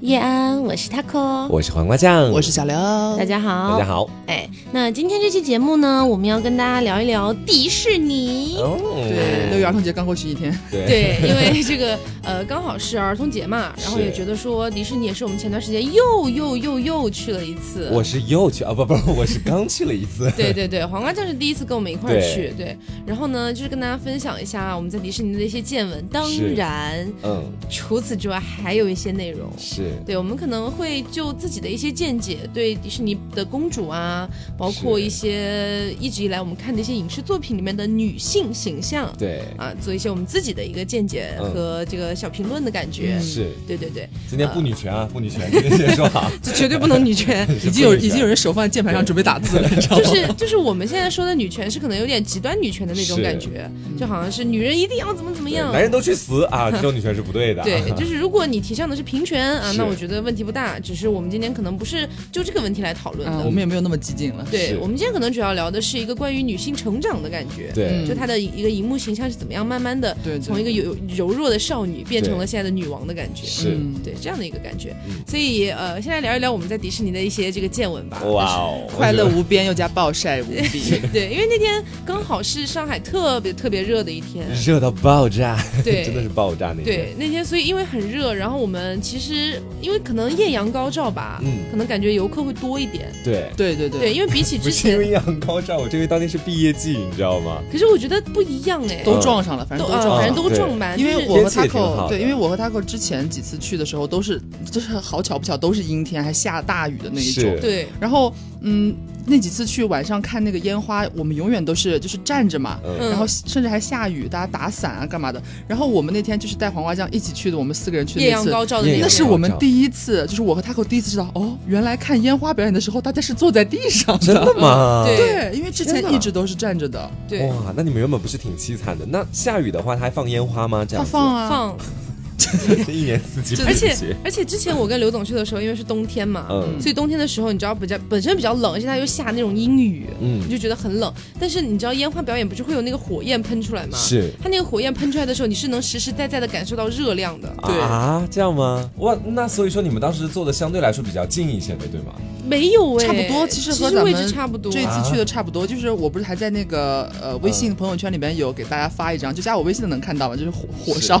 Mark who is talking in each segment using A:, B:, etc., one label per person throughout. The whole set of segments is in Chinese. A: 叶安，我是 Taco，
B: 我是黄瓜
A: 嗯
B: 酱，
C: 我是小刘，
A: 大家好，
B: 大家好。
A: 哎，那今天这期节目呢，我们要跟大家聊一聊迪士尼。
B: 哦，
C: 对，六一儿童节刚过去一天，
B: 对
A: 对，因为这个呃，刚好是儿童节嘛，然后
B: 是
A: 也觉得说迪士尼也是我们前段时间又又又又去了一次。。
B: 我是又去啊，不不， 我是刚去了一次
A: 对对对，黄瓜酱是第一次跟我们一块儿
B: 对
A: 去，对。然后呢，就是跟大家分享一下我们在迪士尼的一些见闻，当
B: 是
A: 然
B: 嗯，
A: 除此之外还有一些内容。
B: 是
A: 对，我们可能会就自己的一些见解，对迪士尼的公主啊，包括
B: 是
A: 一些一直以来我们看的一些影视作品里面的女性形象
B: 对，
A: 啊，做一些我们自己的一个见解
B: 嗯
A: 和这个小评论的感觉。
B: 是
A: 对对对，
B: 今天不女权啊，不女权，今天先说啊好。
A: 这绝对不能女 权。
C: 已经有已经有人手放在键盘上准备打字了，你知道
A: 就
C: 吗？
A: 是就是我们现在说的女权是可能有点极端女权的那种
B: 是
A: 感觉，就好像是女人一定要怎么怎么
B: 对
A: 样，
B: 男人都去死啊，这种女权是不对的。
A: 对，就是如果你提倡的是平权啊，
B: 是
A: 那我觉得问题不大。只是我们今天可能不是就这个问题来讨论
C: 啊，
A: 的。
C: 我们也没有那么激进了。
A: 对
B: 是
A: 我们今天可能主要聊的是一个关于女性成长的感觉，，
B: 对
A: 就她的一个荧幕形象是怎么样慢慢的
C: 对对
A: 从一个柔柔弱的少女变成了现在的女王的感觉。
B: 是
C: 嗯
A: 对这样的一个感觉，
B: 嗯
A: 所以呃，先来聊一聊我们在迪士尼的一些这个见闻吧。
B: 哇哦，
C: 快乐无边又加暴晒无比，
A: 对，因为那天刚好是上海特别特别热的一天
B: 我，是热到爆炸，
A: 对
B: 真的是爆炸那天。
A: 对，那天所以因为很热，然后我们其实因为可能艳阳高照吧，
B: 嗯
A: 可能感觉游客会多一点。
B: 对
C: 对对
A: 对，
C: 对，
A: 因为比起
B: 不
A: 之
B: 是因
A: 前，
B: 为阳高照，我这为当天是毕业季，你知道吗？
A: 可是我觉得不一样哎，
C: 都撞上了，反
A: 都
C: 正都
A: 呃
C: 撞
A: 反正
C: 上了。
A: 都
B: 啊对
A: 撞满，
C: 因
A: 就
C: 为
A: 是
C: 我和
B: 天气也挺好
C: Taco
B: 的
C: 对，因为我和 Taco 之前几次去的时候都是，就是好巧不巧都是阴天，还下大雨的那一种。
B: 是
A: 对
C: 然后，嗯，那几次去晚上看那个烟花，我们永远都是就是站着嘛，
B: 嗯
A: 嗯
C: 然后甚至还下雨，大家打伞啊干嘛的。然后我们那天就是带黄瓜酱一起去的，我们四个人去
A: 艳
C: 的那
A: 阳
C: 次。
A: 高照的那
B: 艳
C: 那
B: 阳
A: 种
C: 是
B: 高
C: 我们
B: 照
C: 第一次，就是我和 Taco 第一次知道，哦，原来看烟花表演的时候，大家是坐在地上
B: 真的吗？
A: 对
C: 对，因为之前
B: 天哪
C: 一直都是站着的。
A: 对
B: 哇，那你们原本不是挺凄惨的？那下雨的话，它还放烟花吗？这
C: 他
B: 样子
C: 放啊，
A: 放，
B: 这一年四季不
A: 嗯而
B: 停
A: 且
B: 歇，
A: 而且之前我跟刘总去的时候，因为是冬天嘛，
B: 嗯
A: 所以冬天的时候你知道比较本身比较冷，而且它又下那种阴雨，你
B: 嗯，
A: 就觉得很冷。但是你知道烟花表演不是会有那个火焰喷出来吗？
B: 是
A: 它那个火焰喷出来的时候，你是能实实在在的感受到热量的。
C: 对
B: 啊，这样吗？哇，那所以说你们当时坐的相对来说比较近一些的，对吗？
A: 没有哎、
C: 差不多，其实
A: 实
C: 和咱
A: 位
C: 们
A: 置差不多。
B: 啊
C: 这一次去的差不多，就是我不是还在那个呃微
B: 嗯
C: 信朋友圈里面有给大家发一张，就加我微信的能看到吧，就是火火烧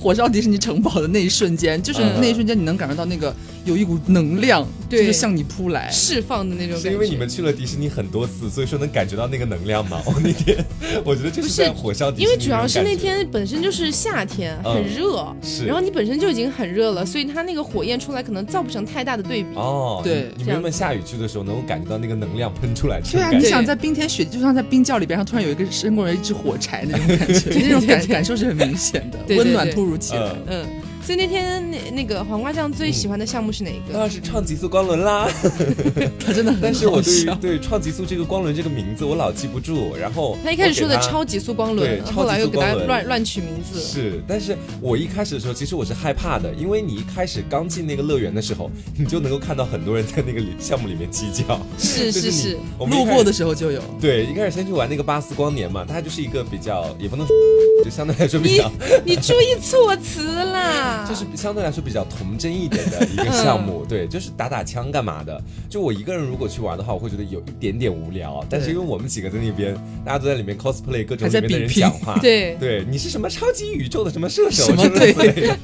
C: 火烧迪士尼城堡的那一瞬间，就是
B: 嗯
C: 那一瞬间你能感受到那个有一股能量，
A: 对
C: 就是向你扑来。
A: 释放的那种感觉。
B: 是因为你们去了迪士尼很多次，所以说能感觉到那个能量吗？我 那天我觉得就是在火烧迪士尼
A: 因为主要是
B: 种
A: 那
B: 感觉
A: 天本身就是夏天，
B: 嗯
A: 很热，
B: 是
A: 然后你本身就已经很热了，所以它那个火焰出来可能造不成太大的对比。
B: 哦，
C: 对
B: 你你
A: 这
B: 们
A: 样
B: 原本下雨去的时候能够感觉到那个能量喷出来，这
C: 对
B: 种
C: 啊，
B: 感
C: 你
B: 觉
C: 想在冰天雪地，就像在冰窖里边，然后突然有一个伸过来一支火柴那种 感觉，那种
A: 对
C: 感
A: 对
C: 感受是很明显的，
A: 对对
C: 温暖
A: 对
C: 突如其来。
B: 嗯
A: 嗯，所以那天那那个黄瓜酱最喜欢的项目是哪一
B: 当
A: 个？
B: 然啊是唱极速光轮啦，
C: 它真的很
B: 但是我
C: 好
B: 对 于
C: 笑。
B: 对创极速这个光轮这个名字我老记不住，然后
A: 他一开始说的
B: 我哦给它
A: 超级速光
B: 对
A: 轮，
B: 超级
A: 后来又给他
B: 速光轮
A: 乱乱取名字。
B: 是，但是我一开始的时候，其实我是害怕的，因为你一开始刚进那个乐园的时候，你就能够看到很多人在那个里 项目里面鸡 叫。
A: 是
B: 就是你
A: 是，，
B: 我们一
C: 路
B: 开
C: 过
B: 始
C: 的时候就有，
B: 对，一开始先去玩那个巴斯光年嘛，它就是一个比较也不能说， 就相对来说比
A: 你
B: 较，
A: 你注意措辞
C: 啊
A: 啦。
B: 就是相对来说比较童真一点的一个项 目。对，就是打打枪干嘛的。就我一个人如果去玩的话，我会觉得有一点点无聊。但是因为我们几个在那边，大家都在里面 cosplay 各种
C: 还在
B: 里面的人
C: 比拼
B: 讲 话，
A: 对
B: 对，你是什么超级宇宙的什么射手
C: 什么
B: 之类的。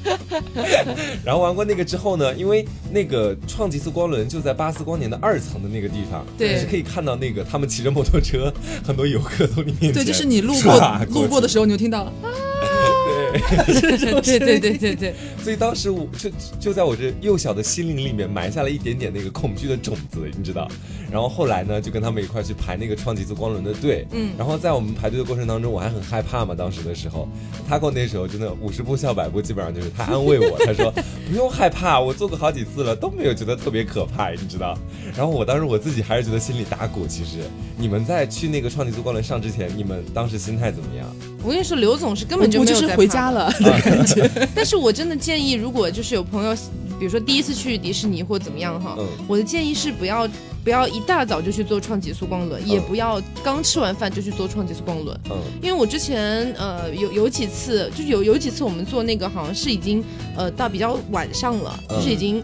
B: 然后玩过那个之后呢，因为那个创极速光轮就在巴斯光年的二层的那个地方，
A: 对
B: 你是可以看到那个他们骑着摩托车，很多游客从你面前
C: 对，就是你路过
B: 唰
C: 路过的时候，你就听到
B: 对，
A: 对 对对对对，
B: 所以当时我就就在我这幼小的心灵里面埋下了一点点那个恐惧的种子，你知道。然后后来呢，就跟他们一块去排那个创极速光轮的队。
A: 嗯
B: 然后在我们排队的过程当中，我还很害怕嘛，当时的时候，Taco 那时候真的五十步笑百步，基本上就是他安慰我，他说不用害怕，我做过好几次了，都没有觉得特别可怕，你知道。然后我当时我自己还是觉得心里打鼓。其实你们在去那个创极速光轮上之前，你们当时心态怎么样？
A: 我跟你说，刘总是根本就
C: 我
A: 没
C: 就
A: 有
C: 是
A: 在
C: 回
A: 怕
C: 家了。
A: 但是我真的建议，如果就是有朋友，比如说第一次去迪士尼或怎么样哈，
B: 嗯
A: 我的建议是不要不要一大早就去做创极速光轮，也不要刚吃完饭就去做创极速光轮。
B: 嗯
A: 因为我之前呃有有几次，就有有几次我们做那个好像是已经呃到比较晚上了，
B: 嗯
A: 就是已经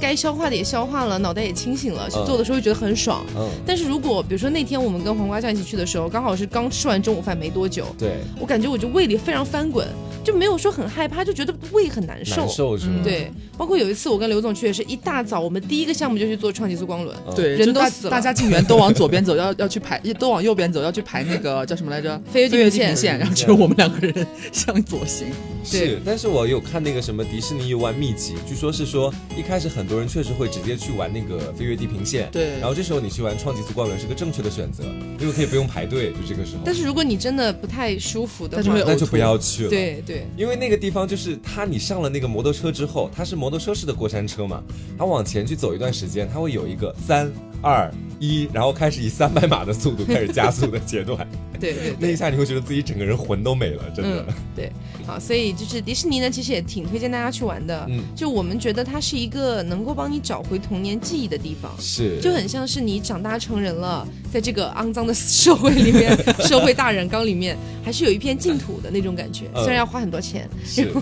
A: 该消化的也消化了，脑袋也清醒了，去
B: 嗯
A: 做的时候会觉得很爽。
B: 嗯，
A: 但是如果比如说那天我们跟黄瓜酱一起去的时候，刚好是刚吃完中午饭没多久，
B: 对，
A: 我感觉我就胃里非常翻滚，就没有说很害怕，就觉得胃很难受。
B: 难受是吗？
C: 嗯
A: 对，包括有一次我跟刘总去也是一大早，我们第一个项目就去做创极速光轮，
B: 嗯
C: 对，
A: 人
C: 就
A: 都
C: 大
A: 死了
C: 大家进园都往左边走，要要去排，都往右边走，要去排那个叫什么来着？
A: 飞跃地
C: 跃
A: 平
C: 平
A: 线
C: 线。然后只有我们两个人向左行。
B: 是，但是我有看那个什么迪士尼游玩秘籍，据说是说一开始很多人确实会直接去玩那个飞越地平线，
C: 对
B: 然后这时候你去玩创极速光轮是个正确的选择，因为可以不用排队，就这个时候，
A: 但是如果你真的不太舒服的
C: 但是
A: 话
C: 会，
B: 那就不要去了。。
A: 对对，
B: 因为那个地方就是它，你上了那个摩托车之后，它是摩托车式的过山车嘛，它往前去走一段时间，它会有一个三二一，然后开始以 三百码的速度开始加速的阶段，
A: 对对
B: 那一
A: 对，
B: 下你会觉得自己整个人魂都没了，真的
A: 嗯。，对，好，所以就是迪士尼呢，其实也挺推荐大家去玩的。
B: 嗯
A: 就我们觉得它是一个能够帮你找回童年记忆的地方。
B: 是，
A: 就很像是你长大成人了，在这个肮脏的社会里 面，社会大染缸里面，还是有一片净土的那种感觉。
B: 嗯
A: 虽然要花很多钱，
B: 是，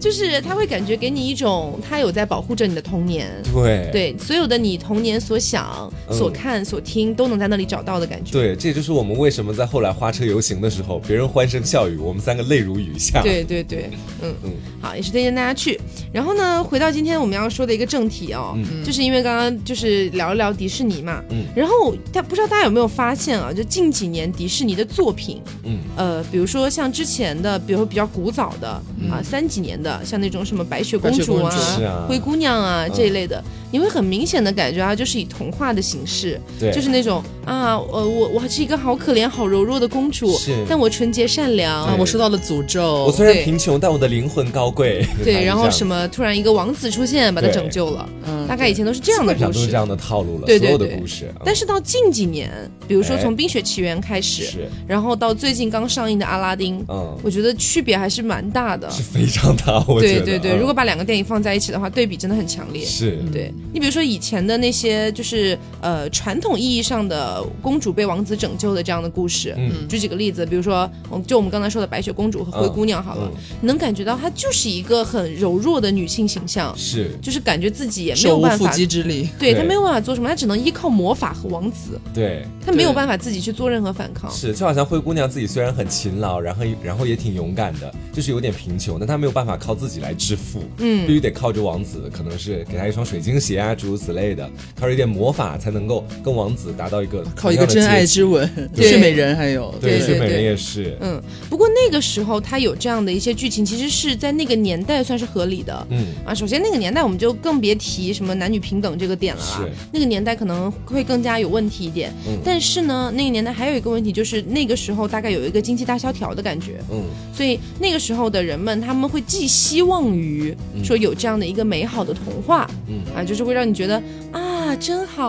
A: 就是它会感觉给你一种它有在保护着你的童年，
B: 对
A: 对所有的你童年所想、
B: 嗯
A: 所看、所听都能在那里找到的感觉。
B: 对，这就是我们为什么在后来花车游行的时候，别人欢声笑语，我们三个泪如雨下。，
A: 对对对，嗯
B: 嗯
A: 嗯，好，也是推荐大家去。然后呢，回到今天我们要说的一个正题哦，
C: 嗯
A: 就是因为刚刚就是聊一聊迪士尼嘛，
B: 嗯
A: 然后他不知道大家有没有发现啊，就近几年迪士尼的作品，
B: 嗯，
A: 呃，比如说像之前的，比如说比较古早的、啊，三几年的，像那种什么白雪公
C: 嗯白雪
A: 主
C: 公
A: 啊、
C: 主嗯
B: 是啊
A: 灰姑娘啊这一类的，你会很明显的感觉啊，就是以童话的形式，
B: 对，
A: 就是那种啊，呃，我我是一个好可怜、好柔弱的公主
B: 是，
A: 但我纯洁善良，
C: 啊，我受到了诅咒
B: 我。虽然
A: 对
B: 贫穷，但我的灵魂高贵。
A: 对，然后什
B: 么
A: 么突然一个王子出现把他
B: 对
A: 拯救了，
C: 嗯
A: 大概以前都是这样的
B: 想
A: 故
B: 都是
A: 事
B: 这。样的套路了，
A: 对对
B: 所有的
A: 对
B: 故事。嗯
A: 但是到近几年，比如说
B: 哎
A: 从《冰雪奇缘》开始，
B: 是，
A: 然后到最近刚上映的《阿拉丁》，
B: 嗯，
A: 我觉得区别还是蛮大的。
B: 是非常大，我觉
A: 对
B: 得。
A: 嗯对对，
B: 嗯
A: 如果嗯把两个电影放在一起的话，对比真的很强烈。
B: 是，
A: 对你比如说以前的那些，就是呃传统意义上的公主被王子拯救的这样的故事，
B: 嗯
A: 举几个例子，比如说我就我们刚才说的白雪公主和灰姑娘好了，
B: 嗯
A: 你能感觉到她就是一个很柔弱的女性形象，
B: 是，
A: 就是感觉自己也没
C: 手
A: 有
C: 无
A: 办
C: 缚
A: 法，
C: 鸡之力，
A: 对
B: 对
A: 她没有办法做什么，她只能依靠魔法和王子，
B: 对，
A: 她没有
C: 对
A: 办法自己去做任何反抗。
B: 是，就好像灰姑娘自己虽然很勤劳，然后然后也挺勇敢的，就是有点贫穷，但她没有办法靠自己来致富，嗯，必须得靠着王子，可能是给她一双水晶鞋啊，诸如此类的，靠着一点魔法才能够跟王子达到一个
C: 靠一
B: 同样
C: 个
B: 的
C: 真爱
B: 阶级
C: 之吻，
A: 对
C: 睡美人还有
B: 对，
A: 对
B: 睡美人
A: 对
B: 也是，
A: 嗯，不过那个时候她有这样的一些剧情，其实是在那个年代算是合理的。
B: 嗯，
A: 啊，首先那个年代我们就更别提什么男女平等这个点了啊
B: 是，
A: 那个年代可能会更加有问题一点。
B: 嗯
A: 但是呢，那个年代还有一个问题，就是那个时候大概有一个经济大萧条的感觉，
B: 嗯，
A: 所以那个时候的人们他们会寄希望于
C: 嗯
A: 说有这样的一个美好的童话，
B: 嗯
A: 啊，就是会让你觉得啊真好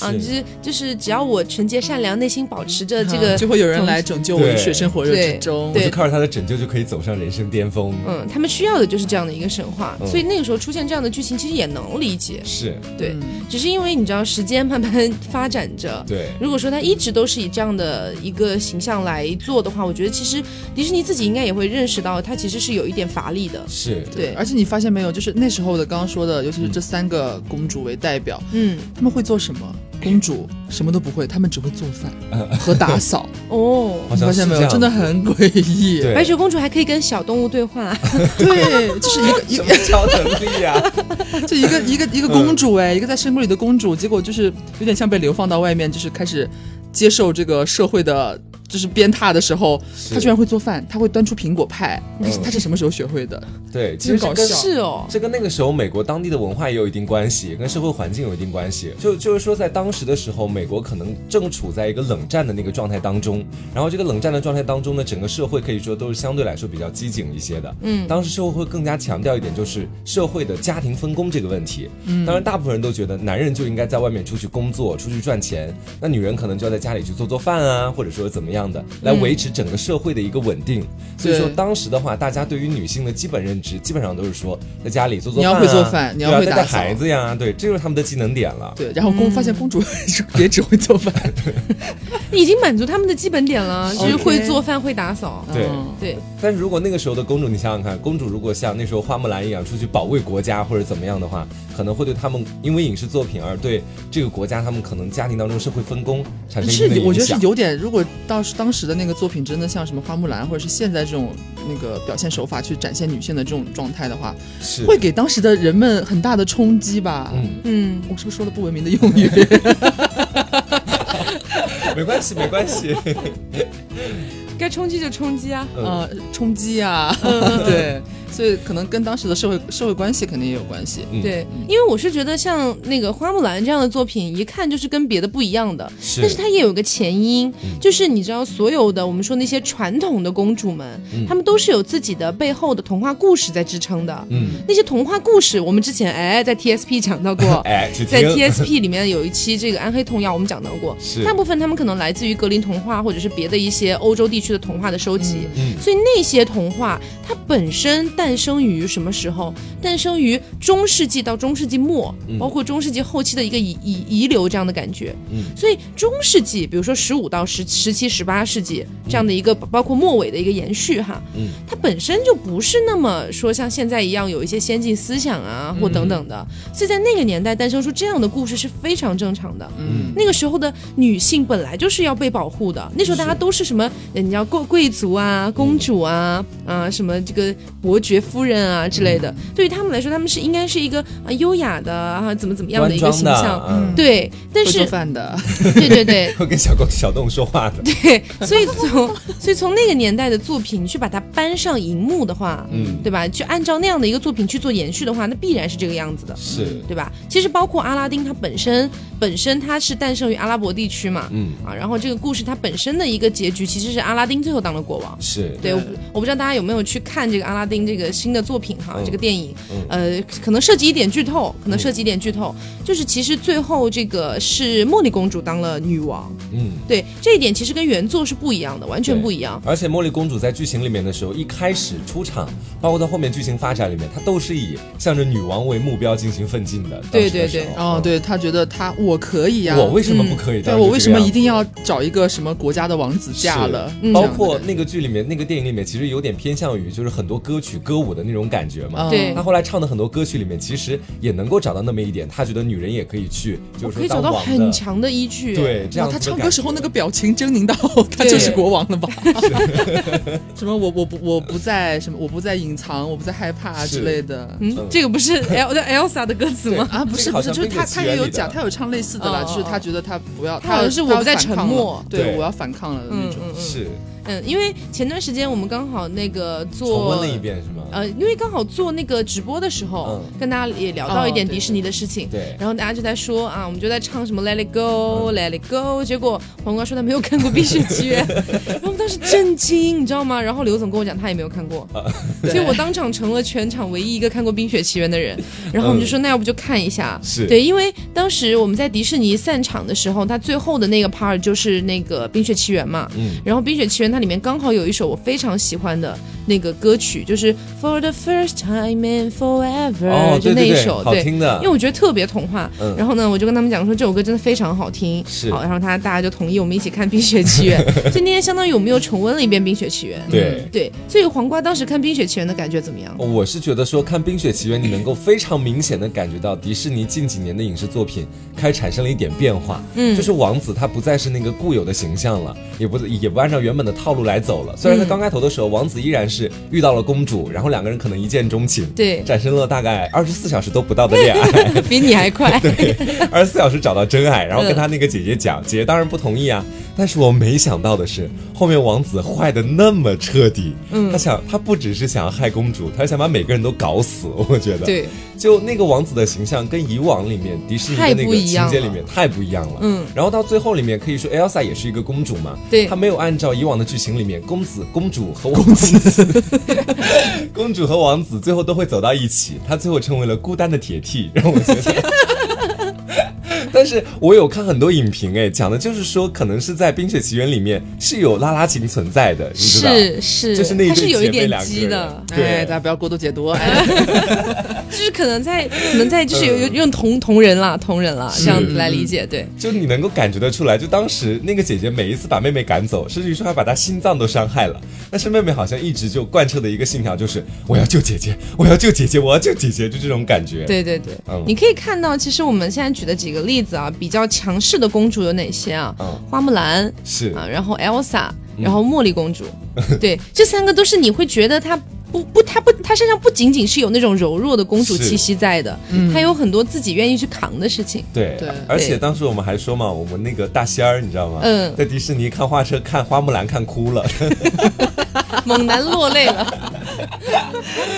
A: 啊，
B: 是
A: 就是就是只要我纯洁善良，内心保持着这
C: 啊
A: 个
C: 就会有人来拯救我于
B: 对
C: 水深火热之
A: 对
C: 中。嗯
B: 我
A: 对
B: 就靠着她的拯救就可以走上人生巅峰，
A: 嗯，他们需要的就是这样的一个神话，
B: 嗯
A: 所以那个时候出现这样的剧情，其实也能理解。
B: 是，
A: 对，
C: 嗯
A: 只是因为你知道时间慢慢发展着。
B: 对，
A: 如果说他一直都是以这样的一个形象来做的话，我觉得其实迪士尼自己应该也会认识到，他其实是有一点乏力的。
B: 是，
A: 对，
C: 而且你发现没有，就是那时候的刚刚说的，尤其
B: 嗯
C: 是这三个公主为代表，
A: 嗯，
C: 她们会做什么？公主什么都不会，她们只会做饭和打扫。
A: 哦，
B: 嗯 好
C: 你
B: 像
C: 发
B: 是
C: 现没
B: 这
C: 有，
B: 样
C: 真的
B: 子
C: 很诡异。
B: 对，
A: 白雪公主还可以跟小动物对话，
C: 对，就是一个 一
B: 什
C: 个
B: 么超能力啊呀、
C: 就一个一个一
B: 嗯
C: 个公主哎，一个在深宫里的公主，结果就是有点像被流放到外面，就是开始接受这个社会的。就是鞭挞的时候，
B: 是
C: 她居然会做饭，她会端出苹果派，她是
B: 嗯
C: 她是什么时候学会的？
B: 对，其实
C: 真搞
B: 跟
C: 笑
A: 是哦，
B: 这跟那个时候美国当地的文化也有一定关系，跟社会环境有一定关系。就就是说，在当时的时候，美国可能正处在一个冷战的那个状态当中，然后这个冷战的状态当中呢，整个社会可以说都是相对来说比较机警一些的。嗯，当时社会会更加强调一点，就是社会的家庭分工这个问题。嗯，当然大部分人都觉得男人就应该在外面出去工作，出去赚钱，那女人可能就要在家里去做做饭啊，或者说怎么样。样的，来维持整个社会的一个稳定。所以说
C: 嗯对
B: 当时的话，大家对于女性的基本认知，基本上都是说在家里做做
C: 你
B: 饭、
C: 要
B: 啊，
C: 会做饭你要
B: 对啊
C: 会
B: 带
C: 打
B: 带
C: 扫
B: 孩子呀，对，这就是他们的技能点了。
C: 对，然后公发
A: 嗯
C: 现公主 也只会做饭，
A: 已经满足他们的基本点了，就是
C: OK
A: 会做饭、会打扫。
B: 对
C: 嗯
A: 对，
B: 但是如果那个时候的公主，你想想看，公主如果像那时候花木兰一样出去保卫国家或者怎么样的话，可能会对他们因为影视作品而对这个国家他们可能家庭当中社会分工产生一定的
C: 是，我
B: 影
C: 觉得是
B: 响。
C: 有点，如果到时当时的那个作品真的像什么花木兰，或者是现在这种那个表现手法去展现女性的这种状态的话，
B: 是
C: 会给当时的人们很大的冲击吧。
B: 嗯，
A: 嗯，
C: 我是不是说了不文明的用语？
B: 没关系，没关系。
A: 该冲击就冲击啊。
B: 嗯，
C: 呃，冲击啊，
A: 嗯
C: 对，所以可能跟当时的社会社会关系肯定也有关系。
B: 嗯
A: 对，因为我是觉得像那个花木兰这样的作品，一看就是跟别的不一样的，但是它也有一个前因，就是你知道，所有的我们说那些传统的公主们，她们都是有自己的背后的童话故事在支撑的。
B: 嗯，，
A: 那些童话故事，我们之前哎在 TSP 讲到过
B: 哎，只
A: 在
B: 听
A: TSP 里面有一期这个暗黑童谣，我们讲到过
B: 是，
A: 大部分他们可能来自于格林童话或者是别的一些欧洲地区的童话的收集，
B: 嗯
A: 所以那些童话它本身诞生于什么时候？诞生于中世纪到中世纪末，包括中世纪后期的一个遗遗遗留这样的感觉。
B: 嗯
A: 所以中世纪，比如说十五到十十七、十八世纪这样的一个，包括末尾的一个延续哈，
B: 嗯
A: 它本身就不是那么说像现在一样有一些先进思想啊或等等的，所以在那个年代诞生出这样的故事是非常正常的。
C: 嗯，
A: 那个时候的女性本来就是要被保护的，那时候大家都是什么呃人家贵贵族啊、公主啊、啊什么这个伯爵夫人啊之类的，对于他们来说，他们是应该是一个啊优雅的啊怎么怎么样的
B: 端
A: 一个
B: 庄
A: 形
B: 的，
A: 象。
B: 嗯，
A: 对，但
C: 会做
A: 是
C: 饭的，
A: 对对对，
B: 会跟小狗小动物说话的，
A: 对，所以从所以从那个年代的作品去把它搬上荧幕的话，
B: 嗯
A: 对吧？去按照那样的一个作品去做延续的话，那必然是这个样子的，
B: 是，
A: 对吧？其实包括阿拉丁，它本身本身它是诞生于阿拉伯地区嘛，
B: 嗯，
A: 啊，然后这个故事它本身的一个结局其实是阿拉丁最后当了国王。
B: 是，
A: 对，我不
C: 对
A: 我不知道大家有没有去看这个阿拉丁这个新的作品哈，
B: 嗯
A: 这个电影
B: 嗯，
A: 呃，可能涉及一点剧透，可能涉及一点剧透，就是其实最后这个是茉莉公主当了女王，
B: 嗯。
A: 对这一点其实跟原作是不一样的，完全不一样。
B: 而且茉莉公主在剧情里面的时候，一开始出场，包括到后面剧情发展里面，她都是以向着女王为目标进行奋进的。
A: 对
B: 当时
A: 对
B: 的
A: 对
B: 时候嗯
C: 哦，，对他觉得他我可以呀、
B: 我为什么不可以？
C: 对
B: 当时
C: 我为
B: 这
C: 什
B: 个
C: 么
B: 样
C: 一定
B: 子
C: 要找一个什么国家的王子嫁
B: 是
C: 了？
A: 嗯
B: 包
C: 这样的
B: 括
C: 感觉
B: 那个剧里面，那个电影里面，其实有点偏向于就是很多歌曲歌舞的那种感觉嘛。
C: 嗯
A: 对
B: 他后来唱的很多歌曲里面，其实也能够找到那么一点，他觉得女人也可以去，就
A: 我
B: 是
A: 可以
B: 说
A: 找
B: 当
A: 到
B: 王
A: 很
B: 的。
A: 强的依据。
B: 对，这
C: 哇，
B: 样
C: 他
B: 子的
C: 唱
B: 感
C: 歌时候
B: 觉
C: 那个表情狰狞到，他就是国王了吧？ 什么我我不我不再什么我不再隐藏，我不再害怕
B: 是
C: 之类的。
A: 嗯，这个不 是 El 的 Elsa 的歌词吗？
C: 啊，不
B: 这
C: 是
B: 个好
C: 不是，
B: 像
C: 就是
B: 冰
C: 他
B: 雪奇
C: 他
B: 缘
C: 也有
B: 里的
C: 讲，他有唱类似的
A: 哦
C: 啦，就是
A: 哦
C: 他觉得他不要，
A: 他好像
C: 要
A: 是
C: 他
A: 我
C: 要
A: 不再
C: 反
A: 沉
C: 抗了
A: 默
C: 对
B: 对
C: 我要反抗了的
A: 嗯
C: 那种。
A: 嗯嗯
B: 是
A: 嗯，因为前段时间我们刚好那个
B: 重
A: 做
B: 温了一遍是吗？
A: 呃，因为刚好做那个直播的时候，
B: 嗯
A: 跟大家也聊到一点
C: 哦对
A: 迪士尼的事情。
B: 对嗯
A: 然后大家就在说啊，我们就在唱什么 Let It Go、Let It Go，结果黄瓜说他没有看过《冰雪奇缘》， 然后我们当时震惊，你知道吗？然后刘总跟我讲他也没有看过，
C: 嗯
A: 所以我当场成了全场唯一一个看过《冰雪奇缘》的人。然后我们就说，那要不就看一下。
B: 嗯是
A: 对，因为当时我们在迪士尼散场的时候，他最后的那个 part 就是那个《冰雪奇缘》嘛。
B: 嗯
A: 然后《冰雪奇缘》它里面刚好有一首我非常喜欢的那个歌曲，就是 For the first time in forever，、
B: 哦，
A: 就
B: 对
A: 那
B: 对
A: 一
B: 对，
A: 首，
B: 好听的
A: 因为，我觉得特别童话。
B: 嗯
A: 然后呢，我就跟他们讲说这首歌真的非常好听，
B: 是
A: 好，然后他大家就同意我们一起看《冰雪奇缘》， 所以那天相当于我们又重温了一遍《冰雪奇缘》。
B: 对。
A: 对，所以黄瓜当时看《冰雪奇缘》的感觉怎么 样？
B: 我是觉得说看《冰雪奇缘》，你能够非常明显的感觉到迪士尼近几年的影视作品开始产生了一点变化，
A: 嗯
B: 就是王子他不再是那个固有的形象了，也不也不按照原本的套路来走了。虽然他刚开头的时候，王子依然是遇到了公主，然后两个人可能一见钟情，
A: 对
B: 产生了大概二十四小时都不到的恋爱，
A: 比你还快。
B: 二十四小时找到真爱，然后跟
A: 嗯
B: 他那个姐姐讲，姐姐当然不同意啊。但是我没想到的是，后面王子坏的那么彻底，嗯，他想他不只是想要害公主，他想把每个人都搞死。我觉得，，
A: 对，
B: 就那个王子的形象跟以往里面迪士尼的
A: 太
B: 那
A: 不
B: 个
A: 一样
B: 情节里
A: 了
B: 面太不一样了，
A: 嗯。
B: 然后到最后里面可以说，Elsa 也是一个公主嘛，
A: 对
B: 她没有按照以往的剧情里面公子、公主和公子， 公主和王子最后都会走到一起，她最后成为了孤单的铁蹄，让我觉得。 但是我有看很多影评，哎，讲的就是说，可能是在《冰雪奇缘》里面是有拉拉琴存在的，你知道？
A: 是是，
B: 就是那一
A: 它
B: 对
A: 是有
B: 姐
A: 一
B: 妹
A: 点
B: 两个
A: 鸡
B: 人
A: 的，
B: 对
C: 哎，大家不要过度解读。哎，
A: 就是可能在可能在
B: 嗯
A: 就是有有用同同人啦同人啦这样子来理解，对。
B: 就你能够感觉得出来，就当时那个姐姐每一次把妹妹赶走，甚至于说还把她心脏都伤害了，但是妹妹好像一直就贯彻的一个信条就是我要救姐姐，我要救姐姐，我要救姐姐，就这种感 觉。，
A: 对对对，
B: 嗯
A: 你可以看到，其实我们现在举的几个例子啊，比较强势的公主有哪些啊？
B: 嗯
A: 花木兰
B: 是
A: 啊，然后 Elsa，然后茉莉公主，对，这三个都是你会觉得她不不，她不，她身上不仅仅是有那种柔弱的公主
B: 是
A: 气息在的，她有很多自己愿意去扛的事情。
B: 对，
C: 对
B: 而且当时我们还说嘛，我们那个大仙儿，你知道吗？
A: 嗯
B: 在迪士尼看花车，看花木兰看 哭了，
A: 猛男落泪了，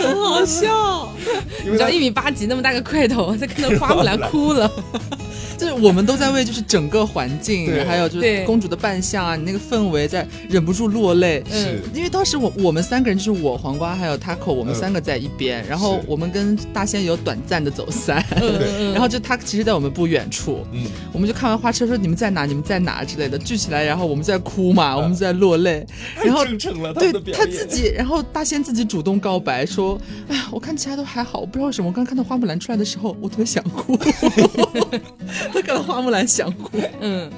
A: 很好笑。
B: 因
A: 你
B: 为
A: 知道
B: 他
A: 一米八几那么大个块头，在看到花木兰哭了，
C: 就是我们都在为就是整个环境
B: 对，
C: 还有就是
A: 对
C: 公主的扮相啊，你那个氛围在忍不住落泪。
B: 是
C: 因为当时我我们三个人就是我黄瓜还有 Taco，我们
B: 嗯
C: 三个在一边，然后
B: 是
C: 我们跟大仙有短暂的走散， 然后就他其实，在我们不远处，
B: 嗯
C: 我们就看完花车说你们在哪？你们在哪之类的，聚起来，然后我们在哭嘛，我
B: 嗯
C: 们在落泪，然后
B: 太真诚了，他
C: 对
B: 们的表
C: 他
B: 演
C: 自己，然后大仙自己主动告白说：“哎呀，我看其他都还好，我不知道为什么。我刚看到花木兰出来的时候，我特别想哭。 他看到花木兰想哭，
A: 嗯，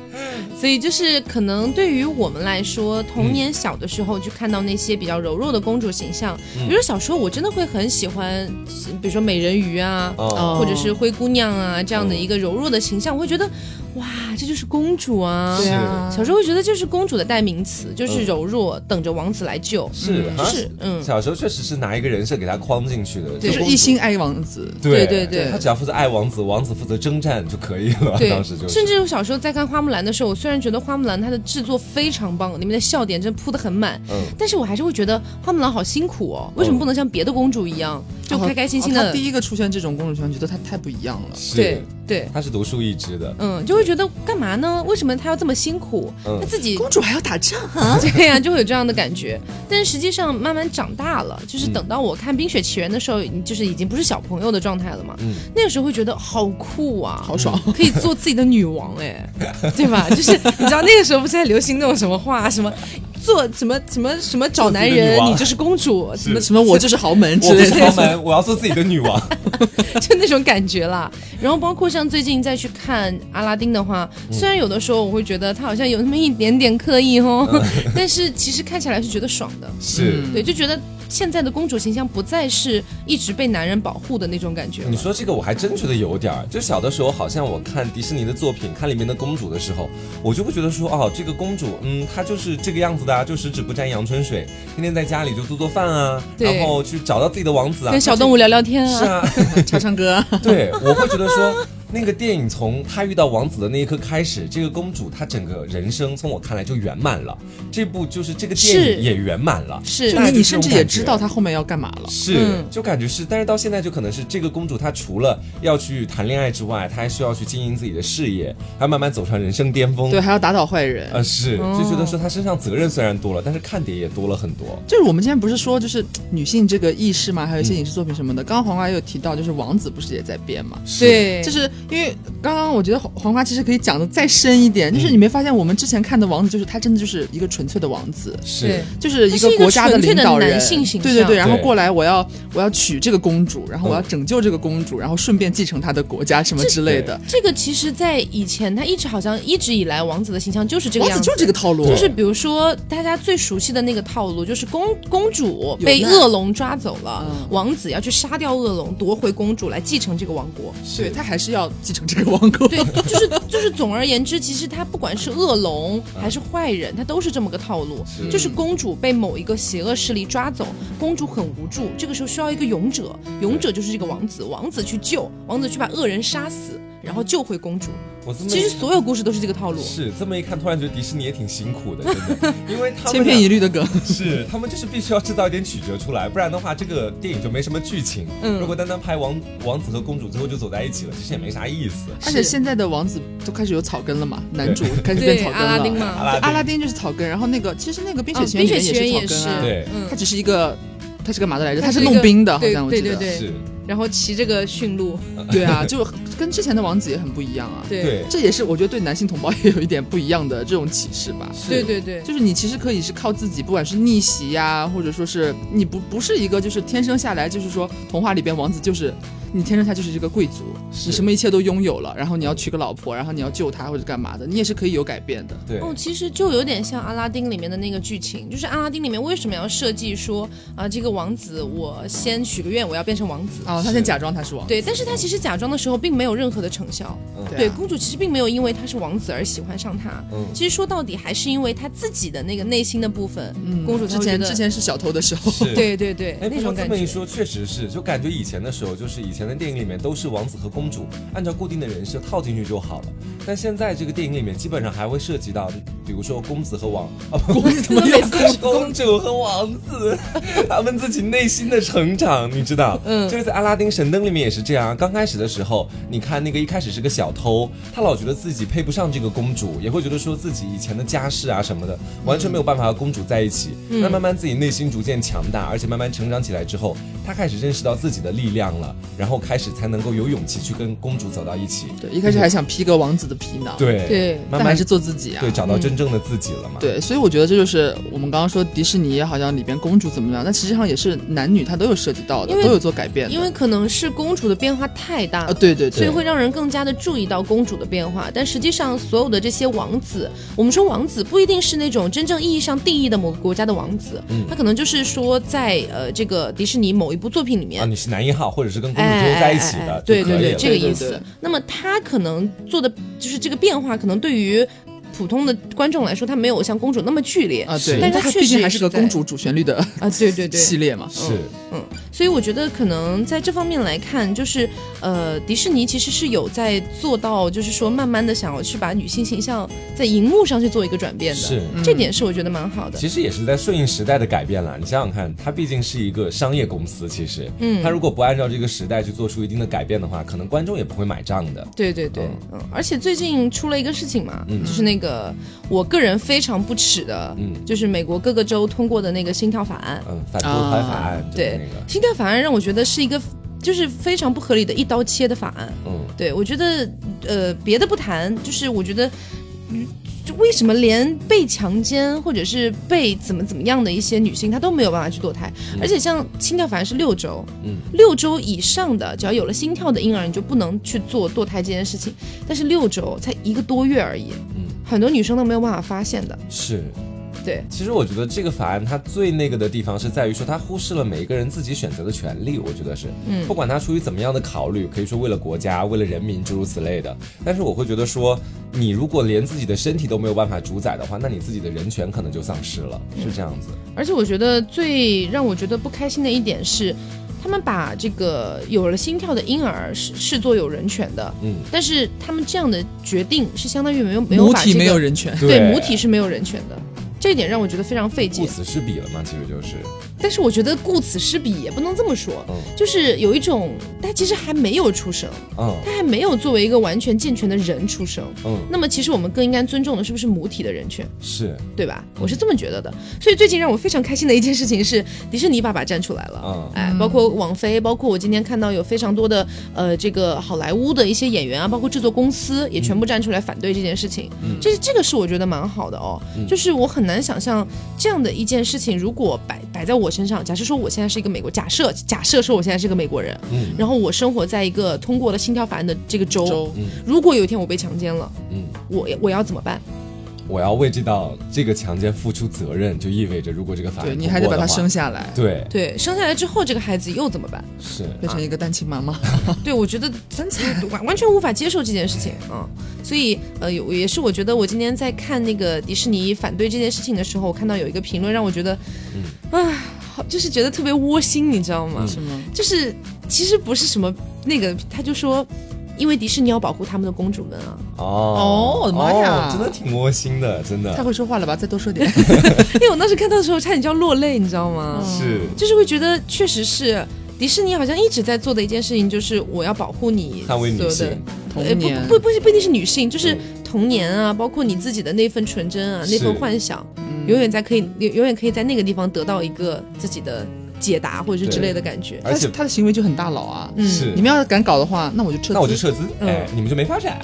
A: 所以就是可能对于我们来说，童年小的时候就看到那些比较柔弱的公主形象，
B: 嗯
A: 比如小时候我真的会很喜欢，比如说美人鱼啊，
B: 哦，
A: 或者是灰姑娘啊这样的一个柔弱的形象，我会觉得哇，这就是公主啊。
C: 对啊，
A: 小时候会觉得就是公主的代名词，就是
B: 嗯
A: 柔弱，等着王子来救。
B: 是
A: 就
B: 好像
A: 是嗯，
B: 小时候确实是拿一个人设给他框进去的，
A: 对
B: 公
C: 就是
B: 主
C: 一心爱王子。
B: 对
A: 对对对
B: 他只要负责爱王子，王子负责征战就可以了。
A: 对
B: 当时就是
A: 甚至我小时候在看花木兰的时候，我虽然觉得花木兰它的制作非常棒，里面的笑点真铺得很满，
B: 嗯
A: 但是我还是会觉得花木兰好辛苦哦，为什么不能像别的公主一样，就开开心心
C: 哦
A: 的？
C: 他第一个出现这种公主圈，觉得她太不一样了。
B: 是
A: 对对，
B: 他是独树一帜的。
A: 嗯，就会觉得干嘛呢？为什么她要这么辛苦？
B: 嗯
A: 她自己
C: 公主还要打仗啊！
A: 对呀、就会有 这样的感觉。但是实际上，慢慢长大了，就是
B: 嗯
A: 等到我看《冰雪奇缘》的时候，你就是已经不是小朋友的状态了嘛。
B: 嗯
A: 那个时候会觉得好酷啊，
C: 好爽
A: 可以做自己的女王哎、 对吧？就是你知道那个时候不是在流行那种什么话，什么做什么什么什么找男
B: 做自己的女
A: 人，
B: 王
A: 你就是公主，什么
C: 嗯什么我就是豪门 之
B: 我不
C: 类
B: 是豪
C: 的，
B: 门，我要做自己的女王。
A: 就那种感觉啦。然后包括像最近再去看《阿拉丁》的话，虽然有的时候我会觉得他好像有那么一点点刻意哦， 但是其实看起来是觉得爽的。
B: 是，
A: 对，就觉得现在的公主形象不再是一直被男人保护的那种感觉了
B: 你。说这个我还真觉得有点儿。就小的时候，好像我看迪士尼的作品，看里面的公主的时候，我就会觉得说，哦，这个公主，嗯，她就是这个样子的啊，就十指不沾阳春水，天天在家里就做做饭啊，
A: 对
B: 然后去找到自己的王子啊，
A: 跟小动物聊聊天
B: 是
A: 啊，
B: 啊，
C: 唱唱歌啊，
B: 对，我会觉得说，那个电影从她遇到王子的那一刻开始，这个公主她整个人生从我看来就圆满了，这部就是这个电
A: 是
B: 影也圆满了。
A: 是
C: 就
B: 那
C: 你
B: 就
C: 你
B: 是
C: 甚
B: 这
C: 至
B: 种
C: 也
B: 感
C: 知
B: 觉
C: 道她后面要干嘛了。
B: 是
A: 嗯，
B: 就感觉是，但是到现在就可能是这个公主，她除了要去谈恋爱之外，她还需要去经营自己的事业，还要慢慢走上人生巅峰。
C: 对，，还要打倒坏人。
B: 呃，是，
A: 哦
B: 就觉得说她身上责任虽然多了，但是看点也多了很多。
C: 就是我们今天不是说就是女性这个意识嘛，还有一些影视作品什么的。刚刚黄瓜也有提到，就是王子不是也在变嘛？
A: 对，
C: 就是因为刚刚我觉得黄黄瓜其实可以讲的再深一点，
A: 嗯
C: 就是你没发现我们之前看的王子，就是他真的就是一个纯粹的王子，
B: 是
A: 对，
C: 就是一个国家领导人，
A: 他是一个纯粹的男性形象
C: 对对对，然后
B: 对
C: 过来我要我要娶这个公主，然后我要
B: 嗯
C: 拯救这个公主，然后顺便继承她的国家什么之类的。
A: 这个其实，在以前他一直好像一直以来王子的形象就是这个
C: 王
A: 样
C: 子
A: 子
C: 就。是这个套路，哦
A: 就是比如说，大家最熟悉的那个套路，就是公公主
C: 有
A: 被
C: 难
A: 恶龙抓走了，
C: 嗯
A: 王子要去杀掉恶龙，夺回公主来继承这个王国。
C: 对他还是要继承这个王国。
A: 对， 就是就是，总而言之，其实他不管是恶龙
C: 嗯
A: 还是坏人，他都是这么个套路，
B: 是
A: 就是公主被某一个邪恶势力抓走，公主很无助，这个时候需要一个勇者，勇者就是这个王子，王子去救，王子去把恶人杀死，然后救回公主。
B: 我这么
A: 其实所有故事都是这个套路，
B: 是这么一看，突然觉得迪士尼也挺辛苦的，真 的，因为他
C: 千
B: 们
C: 篇
B: 俩
C: 一律的梗，
B: 是他们就是必须要制造一点曲折出来，不然的话这个电影就没什么剧情。
A: 嗯
B: 如果单单拍王王子和公主最后就走在一起了，其实也没啥意思。
C: 而且现在的王子都开始有草根了嘛，男主开始变
A: 对
C: 草根了。
A: 阿拉丁
B: 阿
A: 嘛，
B: 拉
C: 对，
B: 丁
C: 阿拉丁就是草根，然后那个其实那个冰雪
A: 嗯
C: 奇缘里
A: 冰
C: 面
A: 雪奇缘
C: 也
A: 也
C: 是草
A: 是
C: 根啊，
B: 对
A: 嗯
C: 他，只是一个他是干嘛的来着？
A: 他
C: 他是
A: 是一个
C: 弄冰的，好
A: 对
C: 像我
A: 对
C: 记
A: 对
C: 得。
A: 对，
B: 是
A: 然后骑这个驯鹿，
C: 对啊，就跟之前的王子也很不一样啊。
A: 对
B: 对
C: 这也是我觉得对男性同胞也有一点不一样的这种启示吧。
A: 对对对，
C: 就是你其实可以是靠自己，不管是逆袭呀、或者说是你不不是一个就是天生下来就是说童话里边王子就是你天生下就是一个贵族，
B: 是
C: 你什么一切都拥有了，然后你要娶个老婆，然后你要救她或者干嘛的，你也是可以有改变的。
B: 对
A: 哦，其实就有点像阿拉丁里面的那个剧情，就是阿拉丁里面为什么要设计说啊，这个王子我先许个愿，我要变成王子。
C: 哦，他
B: 是
C: 先假装他是王子，
A: 对，但是他其实假装的时候并没有任何的成效。
C: 对
A: 对，
C: 啊
A: 公主其实并没有因为他是王子而喜欢上他。
B: 嗯
A: 其实说到底还是因为她自己的那个内心的部分。
C: 嗯
A: 公主才
C: 之
A: 会觉
C: 前
A: 得
C: 之前是小偷的时候，
B: 是。
A: 对对对，
B: 哎，
A: 那
B: 不
A: 种
B: 过
A: 感
B: 这
A: 觉。
B: 么一说，确实是，就感觉以前的时候，就是以前的电影里面都是王子和公主，按照固定的人设套进去就好了。但现在这个电影里面，基本上还会涉及到，比如说公子和王啊，不，
C: 公主怎么
A: 每
C: 有
A: 次
C: 公主
B: 公主和王子，他们自己内心的成长，你知道？
A: 嗯
B: 就是在《阿拉丁神灯》里面也是这样。刚开始的时候，你看那个一开始是个小偷，他老觉得自己配不上这个公主，也会觉得说自己以前的家世啊什么的，完全没有办法和公主在一起。那、慢慢自己内心逐渐强大，而且慢慢成长起来之后，他开始认识到自己的力量了，然后开始才能够有勇气去跟公主走到一起。
C: 对，一开始还想披个王子的皮囊，，
B: 对
A: 对
B: 慢
C: 但
B: 慢
C: 还是做自己啊。
B: 对找到真正的自己了嘛？
C: 对，所以我觉得这就是我们刚刚说迪士尼好像里边公主怎么样，但实际上也是男女他都有涉及到的，
A: 因为
C: 都有做改变的。
A: 因为可能是公主的变化太大
C: 啊，
A: 了。
C: 对对
A: 所以
C: 对，
A: 会让人更加的注意到公主的变化，但实际上所有的这些王子，我们说王子不一定是那种真正意义上定义的某个国家的王子，
B: 嗯
A: 他可能就是说在呃这个迪士尼某一部作品里面
B: 啊，，你是男一号，或者是跟公主最后在一起
A: 哎哎哎哎
B: 的，
A: 对
B: 就可
A: 对
B: 以
A: 对，
B: 了
A: 这个意思。
C: 对对对
A: 那么他可能做的就是这个变化，可能对于普通的观众来说，他没有像公主那么剧烈啊
C: 啊对，
A: 但是它
C: 它
A: 确
C: 毕
A: 实
C: 竟
A: 也
C: 还
A: 是
C: 是个
A: 在啊
C: 公主主旋律的
A: 对对对，
C: 系列嘛。
B: 是。
A: 嗯，所以我觉得可能在这方面来看，就是呃，迪士尼其实是有在做到，就是说慢慢的想要去把女性形象在荧幕上去做一个转变的，
B: 是
A: 这点是我觉得蛮好的。
B: 其实也是在顺应时代的改变了。你想想看，它毕竟是一个商业公司，其实，嗯，它如果不按照这个时代去做出一定的改变的话，可能观众也不会买账的。
A: 对对对，嗯，而且最近出了一个事情嘛，就是那个我个人非常不耻的，
B: 嗯
A: 就是美国各个州通过的那个心跳法案，
B: 嗯，反堕胎法案、就是
A: 哦对
B: 那个，，
A: 心跳法案让我觉得是一个就是非常不合理的一刀切的法案。
B: 嗯，
A: 对，我觉得呃，别的不谈，就是我觉得，嗯，就为什么连被强奸或者是被怎么怎么样的一些女性，她都没有办法去堕胎？而且像心跳反而是六周，
B: 嗯，
A: 六周以上的，只要有了心跳的婴儿，你就不能去做堕胎这件事情。但是六周才一个多月而已，
B: 嗯，
A: 很多女生都没有办法发现的，
B: 是。
A: 对。
B: 其实我觉得这个法案它最那个的地方是在于说，它忽视了每一个人自己选择的权利。我觉得是，嗯，不管他出于怎么样的考虑，可以说为了国家、为了人民诸如此类的。但是我会觉得说，你如果连自己的身体都没有办法主宰的话，那你自己的人权可能就丧失了，
A: 嗯
B: 是这样子。
A: 而且我觉得最让我觉得不开心的一点是，他们把这个有了心跳的婴儿视视作有人权的，
B: 嗯，
A: 但是他们这样的决定是相当于没有没有
C: 母
A: 把这
C: 体
A: 个
C: 没有人权，
A: 对母体是没有人权的，这一点让我觉得非常费
B: 顾
A: 解。
B: 此失彼了嘛，其实就是，
A: 但是我觉得顾此失彼也不能这么说，
B: 嗯
A: 就是有一种他其实还没有出生，
B: 嗯
A: 他还没有作为一个完全健全的人出生。
B: 嗯，
A: 那么其实我们更应该尊重的是不是母体的人权？
B: 是
A: 对吧？我是这么觉得的。所以最近让我非常开心的一件事情是，迪士尼爸爸站出来了。
B: 嗯
A: 哎，包括网飞，包括我今天看到有非常多的呃，这个好莱坞的一些演员啊，包括制作公司也全部
B: 嗯
A: 站出来反对这件事情。这这个是我觉得蛮好的哦，
B: 嗯
A: 就是我很难想象这样的一件事情，如果摆摆在我身上，假设说我现在是一个美国，假设假设说我现在是个美国人，
B: 嗯
A: 然后我生活在一个通过了心跳法案的这个州，
C: 州
A: 如果有一天我被强奸了，
B: 嗯，
A: 我我要怎么办？
B: 我要为这道这个强奸付出责任，就意味着如果这个法案
C: 对你
B: 通
C: 还得
B: 过
C: 把
B: 的
C: 它
B: 话
C: 生，下来，
B: 对
A: 对，生下来之后这个孩子又怎么办？
B: 是，
C: 变成一个单亲妈妈。
A: 对，我觉得真惨，完完全无法接受这件事情啊、嗯。所以，呃，有也是我觉得我今天在看那个迪士尼反对这件事情的时候，我看到有一个评论让我觉得，
B: 嗯
A: 啊，好，就是觉得特别窝心，你知道吗？
C: 是
B: 嗯
C: 吗？
A: 就是其实不是什么那个，他就说，因为迪士尼要保护他们的公主们啊，
B: 哦
C: 哦我的妈呀
B: 哦真的挺窝心的，真
C: 太
B: 的
C: 会说话了吧？再多 说点。
A: 因为我当时看到的时候差点就要落泪，你知道吗？
B: 是，
A: 就是会觉得确实是。迪士尼好像一直在做的一件事情，就是我要保护你
B: 捍卫
A: 所
B: 女
A: 有的
B: 性，
C: 童
A: 呃，
C: 年
A: 不不不是不一定是女性，就是
B: 嗯
A: 童年啊，包括你自己的那份纯真啊，
B: 是
C: 嗯
A: 那份幻想，永远在可以永永远可以在那个地方得到一个自己的解答或者是之类的感觉。
B: 而且
C: 他他的行为就很大佬啊。
A: 嗯，
B: 是
C: 你们要是敢搞的话，那我就撤资。
B: 那我就撤资，
A: 嗯
B: 哎，你们就没法闪，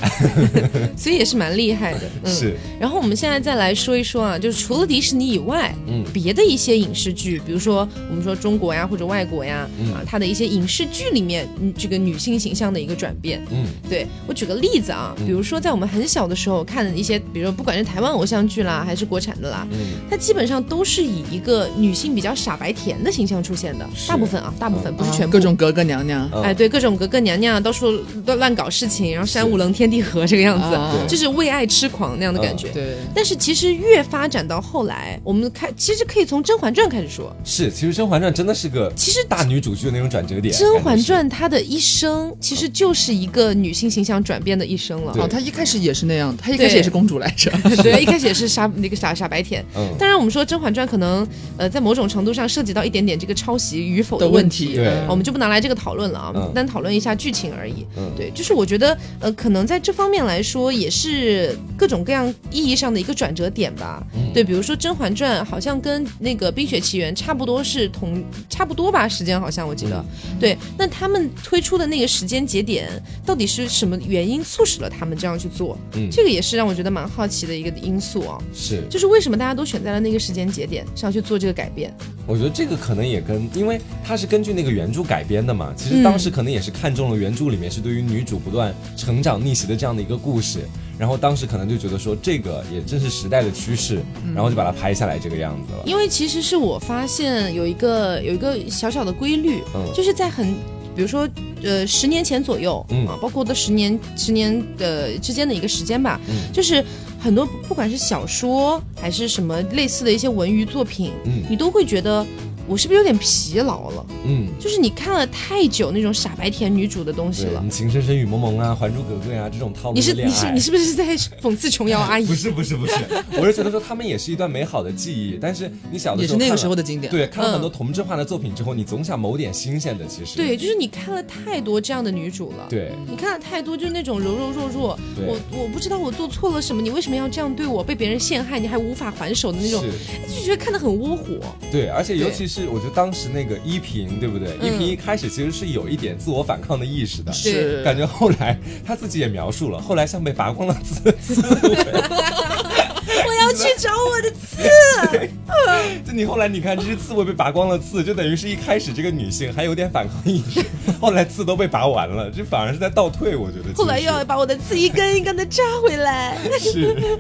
A: 所以也是蛮厉害的。嗯、。
B: 是，
A: 然后我们现在再来说一说啊，就是除了迪士尼以外，
B: 嗯
A: 别的一些影视剧，比如说我们说中国呀或者外国呀，
B: 嗯
A: 啊，它的一些影视剧里面，嗯，这个女性形象的一个转变。
B: 嗯
A: 对我举个例子啊，比如说在我们很小的时候看的一些，比如说不管是台湾偶像剧啦，还是国产的啦，
B: 嗯，
A: 它基本上都是以一个女性比较傻白甜的形象出现的，
B: 是
A: 大部分啊，大部分不是全部。
C: 嗯各种格格娘娘。
B: 嗯
A: 哎，，对，各种格格娘娘到处乱乱搞事情，然后山无棱天地合这个样子，
C: 啊
B: 对
A: 就是为爱痴狂那样的感觉。
C: 嗯对，
A: 但是其实越发展到后来，我们开其实可以从《甄嬛传》开始说，
B: 是，其实《甄嬛传》真的是个
A: 其实
B: 大女主剧的那种转折点，
A: 《甄
B: 感
A: 嬛
B: 觉是
A: 传》她的一生其实就是一个女性形象转变的一生了。
B: 对
C: 哦，她一开始也是那样，她一开始也是公主来着。
A: 对，一开始也是傻那个傻傻白甜。
B: 嗯，
A: 当然，我们说《甄嬛传》可能呃在某种程度上涉及到一点点这个抄袭与否
C: 的
A: 问
C: 问题嗯哦
B: 对
A: 我们就不拿来这个讨论了啊，我们
B: 嗯
A: 单讨论一下剧情而已。
B: 嗯
A: 对，就是我觉得呃，可能在这方面来说，也是各种各样意义上的一个转折点吧。
B: 嗯
A: 对，比如说《甄嬛传》，好像跟那个《冰雪奇缘》差不多是同差不多吧，时间好像我记得。
B: 嗯
A: 对，那他们推出的那个时间节点，到底是什么原因促使了他们这样去做？
B: 嗯
A: 这个也是让我觉得蛮好奇的一个因素啊、
B: 是，
A: 就是为什么大家都选在了那个时间节点上去做这个改变？
B: 我觉得这个可能也跟，因为它是根据那个原著改编的嘛，其实当时可能也是看中了原著里面是对于女主不断成长逆袭的这样的一个故事，然后当时可能就觉得说这个也正是时代的趋势，
A: 嗯
B: 然后就把它拍下来这个样子了。
A: 因为其实是我发现有一个有一个小小的规律，
B: 嗯
A: 就是在很，比如说呃十年前左右，
B: 嗯
A: 啊，包括的十年十年的之间的一个时间吧，
B: 嗯
A: 就是很多不管是小说还是什么类似的一些文娱作品，
B: 嗯
A: 你都会觉得我是不是有点疲劳了？
B: 嗯，
A: 就是你看了太久那种傻白甜女主的东西
B: 对，
A: 了
B: 你。情深深雨蒙蒙啊，《还珠格格》呀这种套路
A: 你是
B: 的恋
A: 你是
B: 爱
A: 你是不是在讽刺琼瑶阿姨
B: 不？是不 是不是，我是觉得说他们也是一段美好的记忆，但是你小的
C: 也
B: 时
C: 是
B: 候
C: 那
B: 看
C: 个
B: 了
C: 时候的经典。
B: 对，看了很多
A: 嗯
B: 同质化的作品之后，你总想谋点新鲜的，其实
A: 对，就是你看了太多这样的女主了。
B: 对
A: 你看了太多，就是那种柔柔弱弱，
B: 对
A: 我我不知道我做错了什么，你为什么要这样对我？被别人陷害，你还无法还手的那种，
B: 是。
A: 就觉得看得很窝 火。
B: 对，而且尤
A: 对
B: 其是我觉得当时那个依萍，对不对？
A: 嗯
B: 依萍一开始其实是有一点自我反抗的意识的，
A: 是
B: 感觉后来她自己也描述了，后来像被拔光了刺，
A: 我要去找我的刺，
B: 就 你后来你看这些刺猬被拔光了刺，就等于是一开始这个女性还有点反抗意识，后来刺都被拔完了，这反而是在倒退，我觉得。
A: 后来又要把我的刺一根一根的扎回 来。
B: 其实是，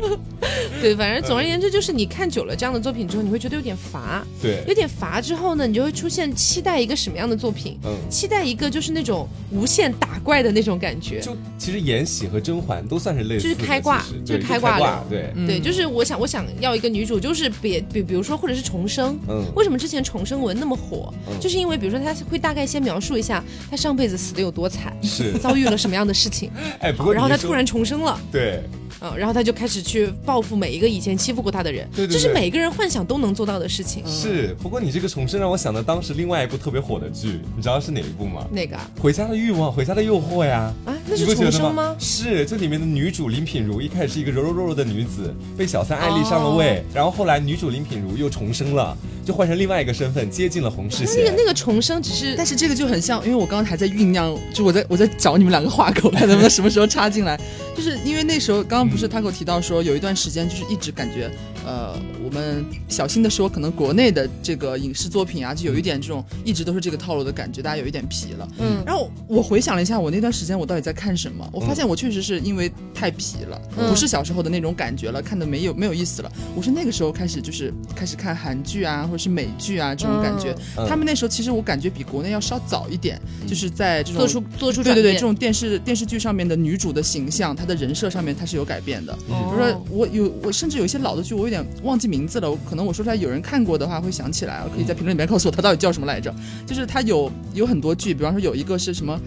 A: 对，反正总而言之，就是你看久了这样的作品之后，你会觉得有点乏，有
B: 对，
A: 点乏之后呢，你就会出现期待一个什么样的作品？
B: 嗯。
A: 期待一个就是那种无限打怪的那种感觉。
B: 就其实延禧和甄嬛都算是类似的，
A: 就是开挂
B: 其实
A: 就是
B: 对
A: 开
B: 开
A: 挂
B: 挂
A: 流，
B: 对，
C: 嗯
A: 对，就是我想我想要一个女主，就是别比比如说或者是重生。
B: 嗯，
A: 为什么之前重生文那么火？
B: 嗯
A: 就是因为比如说她会大概先描述一下她上辈子死的有多惨，
B: 是
A: 遭遇了什么样的事 情，
B: 哎，不过
A: 然后她
B: 你一说
A: 突然重生了，
B: 对，
A: 嗯，然后她就开始去报复每一个以前欺负过她的人，
B: 对对对嗯
A: 这是每个人幻想都能做到的事情。
B: 是，不过你这个重生让我想到当时另外一部特别火的剧，你知道是哪一部吗？
A: 那个啊，
B: 回家的欲望，回家的诱惑呀！
A: 啊那是
B: 你不觉得
A: 重生
B: 吗
A: 吗？
B: 是，这里面的女主林品如一开始是一个柔柔弱弱的女子，被小三爱丽上了位，然后后来女主林品如又重生了，就换成另外一个身份，接近了洪世
A: 那
B: 贤。
A: 哎个那个重生只是
C: 但是这个就很像，因为我刚刚还在酝酿，就我在我在找你们两个话口，看能不能什么时候插进来。就是因为那时候，刚刚
A: 嗯
C: 不是他给我提到说，有一段时间就是一直感觉，呃，我们小心的说，可能国内的这个影视作品啊，就有一点这种一直都是这个套路的感觉，大家有一点疲了。
A: 嗯
C: 然后我回想了一下，我那段时间我到底在看什么？我发现我确实是因为太疲了，
A: 嗯
C: 不是小时候的那种感觉了，看的没有没有意思了。我是那个时候开始就是开始看韩剧啊，或者是美剧啊这种感觉。
B: 嗯
C: 他们那时候其实我感觉比国内要稍早一点，就是在这种
A: 做出做出
C: 对对对这
A: 转变
C: 种电视电视剧上面的女主的形象，她的人设上面它是有改变的。
A: 哦
C: 比如说我有我甚至有一些老的剧，我有点忘记名字了，我可能我说出来有人看过的话会想起来，可以在评论里面告诉我它到底叫什么来着。
A: 嗯
C: 就是它有有很多剧，比方说有一个是什么。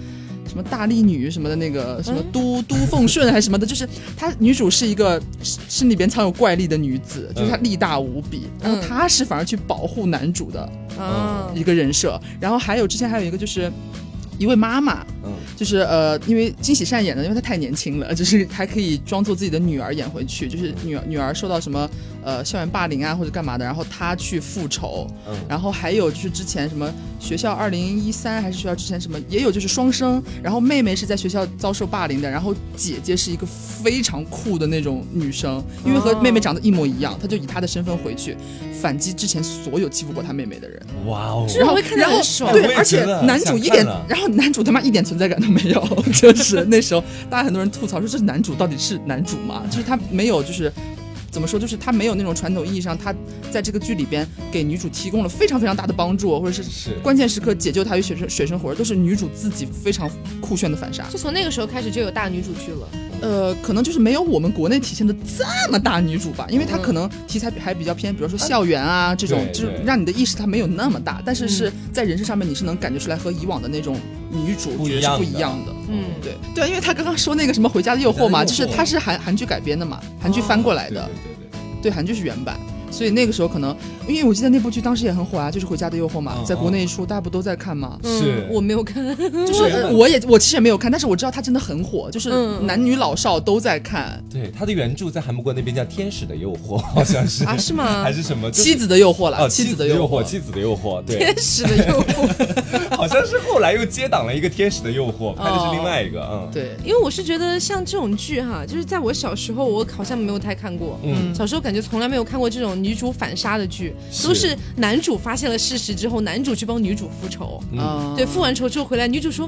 C: 什么大力女什么的那个什么
A: 嗯
C: 都、都奉顺还是什么的，就是她女主是一个身身里边藏有怪力的女子，就是她
B: 嗯
C: 力大无比，然后
A: 嗯
C: 她是反而去保护男主的
A: 啊
B: 嗯
C: 一个人设，然后还有之前还有一个就是一位妈妈，
B: 嗯
C: 就是呃，因为金喜善 演的，因为她太年轻了，就是还可以装作自己的女儿演回去，就是女儿女儿受到什么呃校园霸凌啊或者干嘛的，然后他去复仇，
B: 嗯
C: 然后还有就是之前什么学校二零一三还是学校之前什么也有就是双生，然后妹妹是在学校遭受霸凌的，然后姐姐是一个非常酷的那种女生，因为和妹妹长得一模一样，她就以她的身份回去反击之前所有欺负过她妹妹的人。
B: 哇哦，
A: 这让我会看得
C: 然后
A: 很爽
B: 我
C: 对，
B: 也
C: 而
B: 觉
C: 且
B: 得
C: 男主
B: 想
C: 一点
B: 看了，
C: 然后男主他妈一点存在感都没有， 就是那时候大家很多人吐槽说这男主到底是男主吗？就是他没有就是。怎么说？就是他没有那种传统意义上，他在这个剧里边给女主提供了非常非常大的帮助，或者是
B: 是
C: 关键时刻解救她于水深水深火热，都是女主自己非常酷炫的反杀。
A: 就从那个时候开始就有大女主剧了。
C: 呃，可能就是没有我们国内体现的这么大女主吧，因为她
A: 嗯
C: 可能题材还比较偏，比如说校园啊这种
B: 对，
C: 就是
B: 对
C: 让你的意识它没有那么大，但是
A: 嗯
C: 是在人设上面你是能感觉出来和以往的那种女主
B: 不
C: 角
B: 一
C: 是
B: 样
C: 不
B: 的
C: 一样的。
A: 嗯
C: 对对啊，因为他刚刚说那个什么《回家的诱惑》嘛，
B: 回家的
C: 就是
B: 诱惑
C: 它是韩韩剧改编的嘛，韩剧
A: 哦
C: 翻过来
B: 对
C: 的，
B: 对对对
C: 对韩剧是原版。所以那个时候可能，因为我记得那部剧当时也很火啊，就是《回家的诱惑》嘛
B: 嗯，
C: 在
B: 嗯
C: 国内一出，大家不都在看吗？
A: 嗯
B: 是
A: 我没有看，
C: 就是
B: 原
C: 呃
B: 版
C: 我也我其实也没有看，但是我知道它真的很火，就是
A: 嗯嗯
C: 男女老少都在看。
B: 对，他的原著在韩国那边叫《天使的诱惑》，好像是
A: 啊是吗
B: 还是什么？就是
C: 妻子的诱惑了，
B: 哦，
C: 妻
B: 妻
C: 子
B: 子
C: 的
B: 的诱
C: 惑，
B: 妻子的诱惑，对，
A: 天使的诱 惑。
B: 好像是后来又接档了一个《天使的诱惑》，拍的是另外一个，嗯，，
C: 对，
A: 因为我是觉得像这种剧哈，就是在我小时候，我好像没有太看过。
B: 嗯，
A: 小时候感觉从来没有看过这种女主反杀的剧，
B: 是
A: 都是男主发现了事实之后，男主去帮女主复仇。
B: 哦
C: 嗯，
A: 对，复完仇之后回来，女主 说，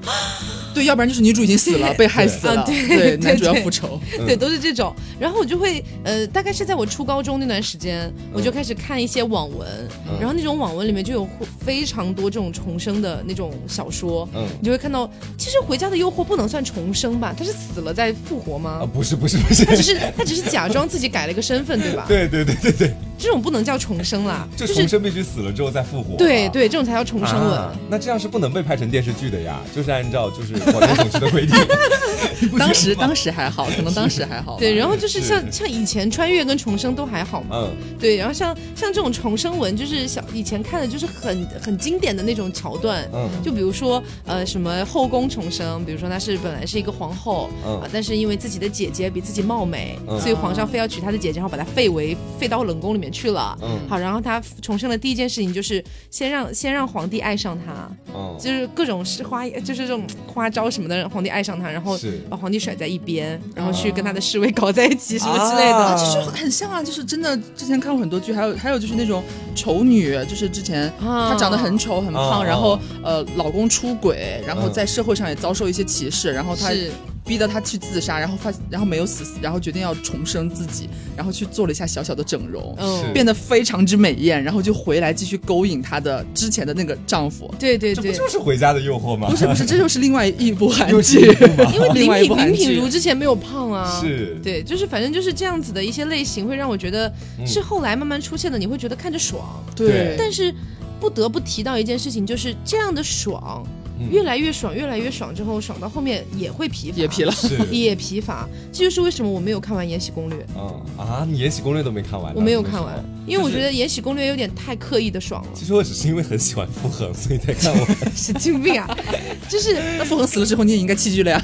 C: 对，要不然就是女主已经死了，被害死了，
A: 啊对
C: 对，
A: 对
C: 男主要
A: 对
C: 复仇，
B: 嗯
A: 对，都是这种。然后我就会，呃，大概是在我初高中那段时间，我就开始看一些网文，
B: 嗯
A: 然后那种网文里面就有非常多这种重生的那种小说，
B: 嗯
A: 你就会看到，其实《回家的诱惑》不能算重生吧？他是死了再复活
B: 啊，
A: 吗？
B: 不是不是不是
A: 他，只是他只是假装自己改了一个身份，对吧？
B: 对对对对对，
A: 这种不能叫重生啦，
B: 就是重生必须死了之后再复活，
A: 对。对，这种才叫重生文。
B: 啊，那这样是不能被拍成电视剧的呀，就是按照就是广电总局的 规定，你不觉得吗
C: 当时当时还好，可能当时还好吧，
A: 对，然后就是
B: 是
A: 像像以前穿越跟重生都还好嘛，
B: 嗯，
A: 对，然后像像这种重生文，就是小以前看的就是很很经典的那种桥段，
B: 嗯
A: 就比如说呃什么后宫重生，比如说她是本来是一个皇后，
B: 嗯
A: 啊，但是因为自己的姐姐比自己貌美，
B: 嗯
A: 所以皇上非要娶她的姐姐，然后把她废为废到冷宫里面去了。
B: 嗯
A: 好，然后她重生的第一件事情就是先让先让皇帝爱上她，
B: 嗯，
A: 就是各种是花，就是这种花招什么的，让皇帝爱上她，然后
B: 是
A: 把皇帝甩在一边，然后去跟他的侍卫搞在一起什么之类的。
C: 啊，
B: 啊
C: 就是很像啊，就是真的。之前看过很多剧，还有还有就是那种丑女，就是之前
A: 啊
C: 她长得很丑很胖，
B: 啊
C: 然后呃老公出轨，然后
B: 嗯
C: 在社会上也遭受一些歧视，然后她
A: 是
C: 逼得她去自杀，然后发然后没有死，然后决定要重生自己，然后去做了一下小小的整容，
A: 嗯
B: 是
C: 变得非常之美艳，然后就回来继续勾引她的之前的那个丈
B: 哦
C: 夫。
A: 对对
B: 这不
A: 对，
B: 就是回家的诱惑吗？
C: 不是不是，这就是另外一部韩
B: 又是
C: 剧
B: 一，部吗
A: 因为
C: 另
A: 林
C: 外一部
A: 品
C: 韩
A: 林
C: 剧
A: 品如之前没有胖啊，
B: 是
A: 对，就是反正就是这样子的一些类型，会让我觉得
B: 嗯
A: 是后来慢慢出现的，你会觉得看着爽。
B: 对
A: 但是不得不提到一件事情，就是这样的爽，
B: 嗯
A: 越来越爽，越来越爽之后，爽到后面也会疲乏，
C: 也疲了。
B: 是，
A: 也疲乏。这就是为什么我没有看完《延禧攻略》，
B: 嗯啊，你《延禧攻略》都没看完呢？
A: 我没有
B: 什么时
A: 看
B: 候
A: 完，因为我
B: 就是
A: 觉得《延禧攻略》有点太刻意的爽 了，
B: 其实我只是因为很喜欢傅恒，所以才看完。
A: 神经病啊！ 就是
C: 那傅恒死了之后，你也应该弃剧了呀。